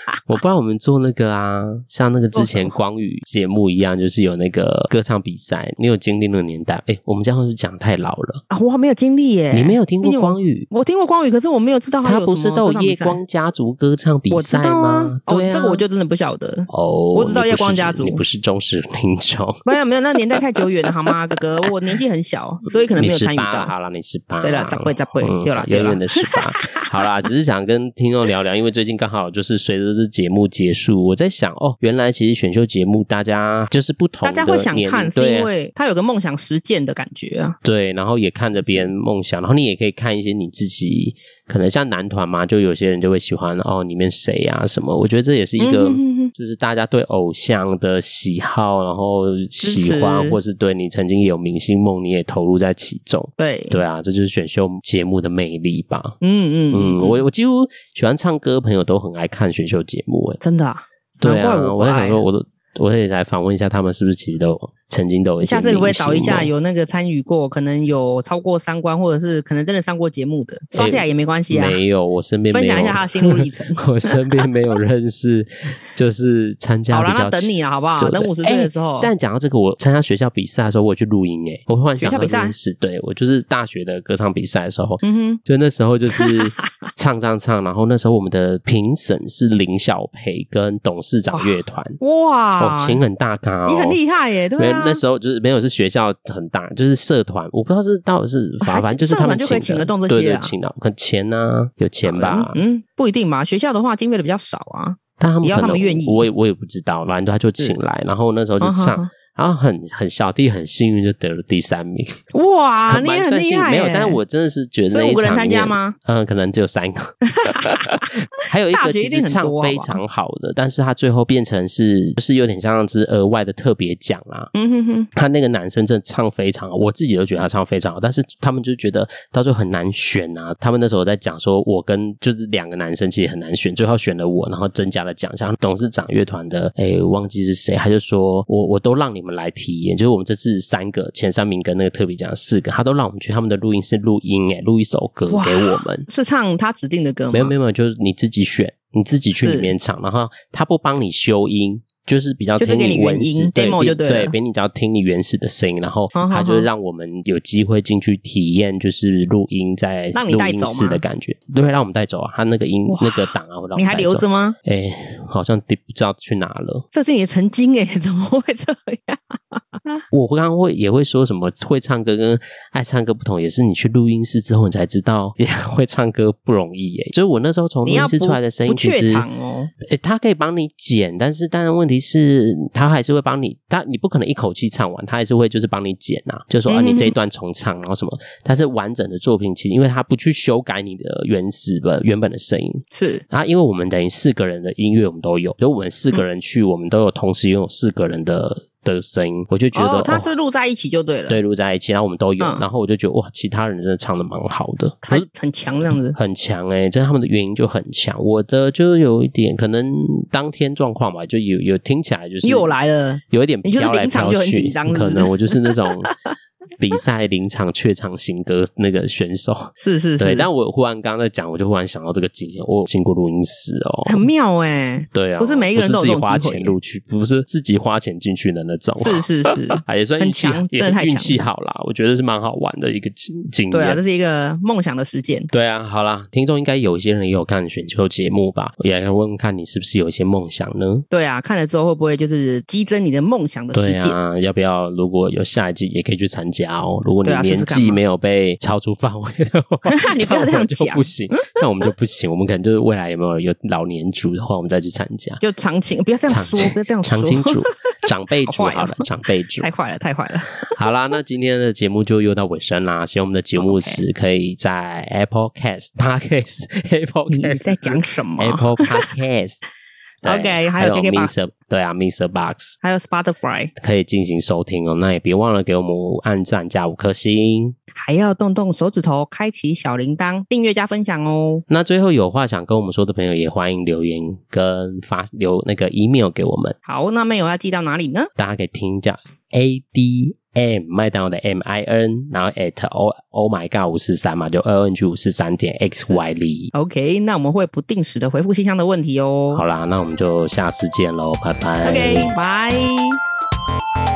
Speaker 2: 好？
Speaker 1: 我不然我们做那个啊，像那个之前
Speaker 2: 做什么
Speaker 1: 光宇节目一样，就是有那个歌唱比赛，你有经历那个年代？哎，我们这样是讲太老了，
Speaker 2: 啊，我还没有经历耶，
Speaker 1: 你没有听
Speaker 2: 毕
Speaker 1: 过
Speaker 2: 竟我
Speaker 1: 光宇？
Speaker 2: 我听过光宇，可是我没有知道
Speaker 1: 他
Speaker 2: 有
Speaker 1: 不
Speaker 2: 什
Speaker 1: 是
Speaker 2: 么
Speaker 1: 都
Speaker 2: 歌
Speaker 1: 有
Speaker 2: 唱比
Speaker 1: 夜
Speaker 2: 赛
Speaker 1: 光家族歌唱比
Speaker 2: 我知
Speaker 1: 赛
Speaker 2: 道
Speaker 1: 吗？
Speaker 2: 哦
Speaker 1: 对，啊，
Speaker 2: 这个我就真的不晓得。
Speaker 1: 哦，
Speaker 2: 我知道
Speaker 1: 你
Speaker 2: 夜
Speaker 1: 不是
Speaker 2: 光家族
Speaker 1: 你不是忠实听众，
Speaker 2: 没有没有，那年代太久远了，好吗， 哥哥？我年纪很小，所以可能
Speaker 1: 你
Speaker 2: 没有
Speaker 1: 十
Speaker 2: 参与
Speaker 1: 八了，
Speaker 2: 到。
Speaker 1: 好了，你十八，嗯
Speaker 2: 对了，咋会咋会，对了对
Speaker 1: 远
Speaker 2: 了
Speaker 1: 远。的十八。好啦，只是想跟听众聊聊，因为最近刚好就是随着这节目结束，我在想哦，原来其实选秀节目大家就是不同
Speaker 2: 大
Speaker 1: 的
Speaker 2: 家会想
Speaker 1: 年龄
Speaker 2: 看，是
Speaker 1: 对啊
Speaker 2: 因为他有个梦想实践的感觉啊。
Speaker 1: 对，然后也看着别人梦想，然后你也可以看一些你自己，可能像男团嘛，就有些人就会喜欢哦，里面谁啊什么，我觉得这也是一个。
Speaker 2: 嗯哼哼哼
Speaker 1: 就是大家对偶像的喜好，然后喜
Speaker 2: 支
Speaker 1: 欢，
Speaker 2: 持
Speaker 1: 或是对你曾经有明星梦，你也投入在其中。
Speaker 2: 对，
Speaker 1: 对啊，这就是选秀节目的魅力吧。嗯，
Speaker 2: 嗯嗯嗯，
Speaker 1: 我我几乎喜欢唱歌的朋友都很爱看选秀节目，哎，
Speaker 2: 真的啊。
Speaker 1: 对啊
Speaker 2: 难怪，我不哎
Speaker 1: 我在想
Speaker 2: 爱
Speaker 1: 说，我都我也来访问一下他们，是不是其实都有曾经都有一些
Speaker 2: 下次你会
Speaker 1: 明星
Speaker 2: 找一下
Speaker 1: 梦
Speaker 2: 有那个参与过，可能有超过三关，或者是可能真的上过节目的，刷起来也没关系啊。
Speaker 1: 没有，我身边
Speaker 2: 分
Speaker 1: 没
Speaker 2: 享一
Speaker 1: 有
Speaker 2: 下他的心路历程。
Speaker 1: 我身边没有认识，就是参加
Speaker 2: 好啦
Speaker 1: 比，较
Speaker 2: 那等你啊，好不好？
Speaker 1: 对对
Speaker 2: 等五十岁
Speaker 1: 哎
Speaker 2: 的时候，
Speaker 1: 但讲到这个，我参加学校比赛的时候，我有去录音诶、我忽然想到这
Speaker 2: 学校比
Speaker 1: 件
Speaker 2: 赛
Speaker 1: 事。对我就是大学的歌唱比赛的时候，
Speaker 2: 嗯哼，
Speaker 1: 就那时候就是 唱唱唱，然后那时候我们的评审是林小培跟董事长乐团，哦
Speaker 2: 哇，，
Speaker 1: 琴很大咖、哦，
Speaker 2: 你很厉害耶，对
Speaker 1: 没有
Speaker 2: 啊，
Speaker 1: 那时候就是没有是学校很大，就是社团，我不知道是到底是
Speaker 2: 哦还
Speaker 1: 反
Speaker 2: 是
Speaker 1: 反正就是
Speaker 2: 社
Speaker 1: 他
Speaker 2: 团
Speaker 1: 们
Speaker 2: 就可以
Speaker 1: 请
Speaker 2: 请
Speaker 1: 的
Speaker 2: 得动这
Speaker 1: 对
Speaker 2: 些
Speaker 1: 对
Speaker 2: 啊
Speaker 1: 请到可钱呢、有钱吧，
Speaker 2: 嗯，嗯不一定嘛。学校的话，经费的比较少啊。
Speaker 1: 但他们
Speaker 2: 也要
Speaker 1: 可能
Speaker 2: 他们愿意
Speaker 1: 我也我也不知道，反正他就请来，然后那时候就唱，
Speaker 2: 嗯
Speaker 1: 然后很很小弟很幸运就得了第三名，
Speaker 2: 哇，啊你
Speaker 1: 蛮
Speaker 2: 也很
Speaker 1: 算
Speaker 2: 厉
Speaker 1: 幸运。
Speaker 2: 害耶。
Speaker 1: 没有，但是我真的是觉得
Speaker 2: 所
Speaker 1: 那一
Speaker 2: 以五个人
Speaker 1: 场
Speaker 2: 参
Speaker 1: 里面
Speaker 2: 加？吗？
Speaker 1: 嗯，可能只有三 个，还有一
Speaker 2: 大
Speaker 1: 个
Speaker 2: 学
Speaker 1: 其
Speaker 2: 一定
Speaker 1: 实
Speaker 2: 很
Speaker 1: 唱
Speaker 2: 多啊好
Speaker 1: 非
Speaker 2: 不好
Speaker 1: 常好的，但是他最后变成是就是有点像是额外的特别奖啊，
Speaker 2: 嗯哼哼，
Speaker 1: 他那个男生真的唱非常好，我自己都觉得他唱非常好，但是他们就觉得到最后很难选啊。他们那时候在讲说，我跟就是两个男生其实很难选，最后选了我，然后增加了奖项。董事长乐团的，哎，我忘记是谁，他就说我我都让你们来体验，就是我们这次三个前三名跟那个特别奖四个，他都让我们去他们的录音室录音，哎，录一首歌
Speaker 2: 哇
Speaker 1: 给我们。
Speaker 2: 是唱他指定的歌吗？
Speaker 1: 没有没有没有，就是你自己选，你自己去
Speaker 2: 是
Speaker 1: 里面唱，然后他不帮你修音，就是比较
Speaker 2: 就是
Speaker 1: 听
Speaker 2: 给你
Speaker 1: 原
Speaker 2: 原
Speaker 1: 始
Speaker 2: 音
Speaker 1: 对
Speaker 2: demo
Speaker 1: 比
Speaker 2: 就对
Speaker 1: 对，
Speaker 2: 了嗯
Speaker 1: 比你只要听你原始的声音，然后
Speaker 2: 好好
Speaker 1: 他就
Speaker 2: 好
Speaker 1: 让我们有机会进去体验，就是录音在
Speaker 2: 让你
Speaker 1: 录
Speaker 2: 带
Speaker 1: 音
Speaker 2: 走
Speaker 1: 室的
Speaker 2: 吗
Speaker 1: 感觉，对，让我们带走啊，他那个音
Speaker 2: 哇
Speaker 1: 那个档啊，会让我
Speaker 2: 你
Speaker 1: 们
Speaker 2: 还
Speaker 1: 带
Speaker 2: 留
Speaker 1: 走
Speaker 2: 着？吗？
Speaker 1: 哎，好像不知道去哪了。
Speaker 2: 这是你的曾经哎， 怎么会这样？
Speaker 1: 我刚刚会也会说什么会唱歌跟爱唱歌不同，也是你去录音室之后你才知道，也 会唱歌不容易耶。所以我那时候从录
Speaker 2: 你要
Speaker 1: 音室
Speaker 2: 不
Speaker 1: 出来的声音
Speaker 2: 不
Speaker 1: 其
Speaker 2: 怯
Speaker 1: 实
Speaker 2: 场哦，
Speaker 1: 诶，他可以帮你剪，但是当然问题是，他还是会帮你，他你不可能一口气唱完，他还是会就是帮你剪啊，就说啊
Speaker 2: 嗯
Speaker 1: 你这一段重唱，然后什么，但是完整的作品其实因为他不去修改你的原始的原本的声音。
Speaker 2: 是
Speaker 1: 啊，因为我们等于四个人的音乐我们都有，所以我们四
Speaker 2: 嗯
Speaker 1: 个人去，我们都有同时拥有四个人的的声音，我就觉得
Speaker 2: 哦，他
Speaker 1: 哦
Speaker 2: 是录在一起就对了，
Speaker 1: 对录在一起，然后我们都有，
Speaker 2: 嗯
Speaker 1: 然后我就觉得哇，其他人真的唱的蛮好的，
Speaker 2: 他很强这样子。
Speaker 1: 很强哎、欸，这是他们的原因就很强。我的就有一点可能当天状况吧，就有有听起来就是
Speaker 2: 又来了
Speaker 1: 有一点
Speaker 2: 你就是
Speaker 1: 飘来
Speaker 2: 临场
Speaker 1: 飘
Speaker 2: 就很
Speaker 1: 去
Speaker 2: 紧张，是不
Speaker 1: 可
Speaker 2: 是
Speaker 1: 能我就是那种比赛临场怯场型歌那个选手。
Speaker 2: 是 是
Speaker 1: 对，
Speaker 2: 是，
Speaker 1: 但我忽然刚刚在讲，我就忽然想到这个经验，我经过录音室
Speaker 2: 很
Speaker 1: 哦。
Speaker 2: 妙哎，
Speaker 1: 对啊，
Speaker 2: 不是每一个人
Speaker 1: 不
Speaker 2: 都
Speaker 1: 是
Speaker 2: 有
Speaker 1: 自
Speaker 2: 这
Speaker 1: 己
Speaker 2: 种
Speaker 1: 花
Speaker 2: 机会
Speaker 1: 钱录去，不是自己花钱进去的那种，
Speaker 2: 是是 是，
Speaker 1: 啊，也算运气
Speaker 2: 很强，
Speaker 1: 也
Speaker 2: 真的太
Speaker 1: 运
Speaker 2: 强
Speaker 1: 气好啦，我觉得是蛮好玩的一个经经验。
Speaker 2: 对啊，这是一个梦想的实践。
Speaker 1: 对啊，好啦，听众应该有一些人也有看选秀节目吧？我也来问问看你是不是有一些梦想呢？
Speaker 2: 对啊，看了之后会不会就是激增你的梦想的实
Speaker 1: 对
Speaker 2: 践？
Speaker 1: 啊，要不要如果有下一季也可以去参加哦？如果你
Speaker 2: 对啊
Speaker 1: 年
Speaker 2: 试试看
Speaker 1: 纪
Speaker 2: 嘛
Speaker 1: 没有被超出范围的话，
Speaker 2: 你不要
Speaker 1: 那我
Speaker 2: 这样
Speaker 1: 们就
Speaker 2: 讲
Speaker 1: 不行，那我们就不行，我们可能就是未来有没有有老年组的话，我们再去参加。
Speaker 2: 就长情，不要这样
Speaker 1: 长
Speaker 2: 说，不要这样说
Speaker 1: 长，青组、 长辈组
Speaker 2: 好坏哦
Speaker 1: 好了，长辈组
Speaker 2: 太坏了，太坏 了。
Speaker 1: 好啦，那今天的节目就又到尾声啦。希望我们的节目
Speaker 2: OK
Speaker 1: 是可以在 Apple Cast、Podcast、Apple
Speaker 2: 你
Speaker 1: Cast
Speaker 2: 在讲什么
Speaker 1: Apple Podcast 对。
Speaker 2: OK，还
Speaker 1: 还
Speaker 2: 有
Speaker 1: 有
Speaker 2: KKBOX
Speaker 1: Mr. 对啊，Mr. Box
Speaker 2: 还有 Spotify，
Speaker 1: 可以进行收听哦。那也别忘了给我们按赞加五颗星。
Speaker 2: 还要动动手指头，开启小铃铛，订阅加分享哦。
Speaker 1: 那最后有话想跟我们说的朋友，也欢迎留言跟发留那个 email 给我们，
Speaker 2: 好，那妹友要寄到哪里呢？
Speaker 1: 大家可以听一下 A D M 麦当劳的 M I N，然后 at O Oh my God 五四三嘛，就二 N G 五四三点 X Y E Z。
Speaker 2: OK，那我们会不定时的回复信箱的问题哦。
Speaker 1: 好啦，那我们就下次见喽，拜拜。
Speaker 2: ，OK，拜。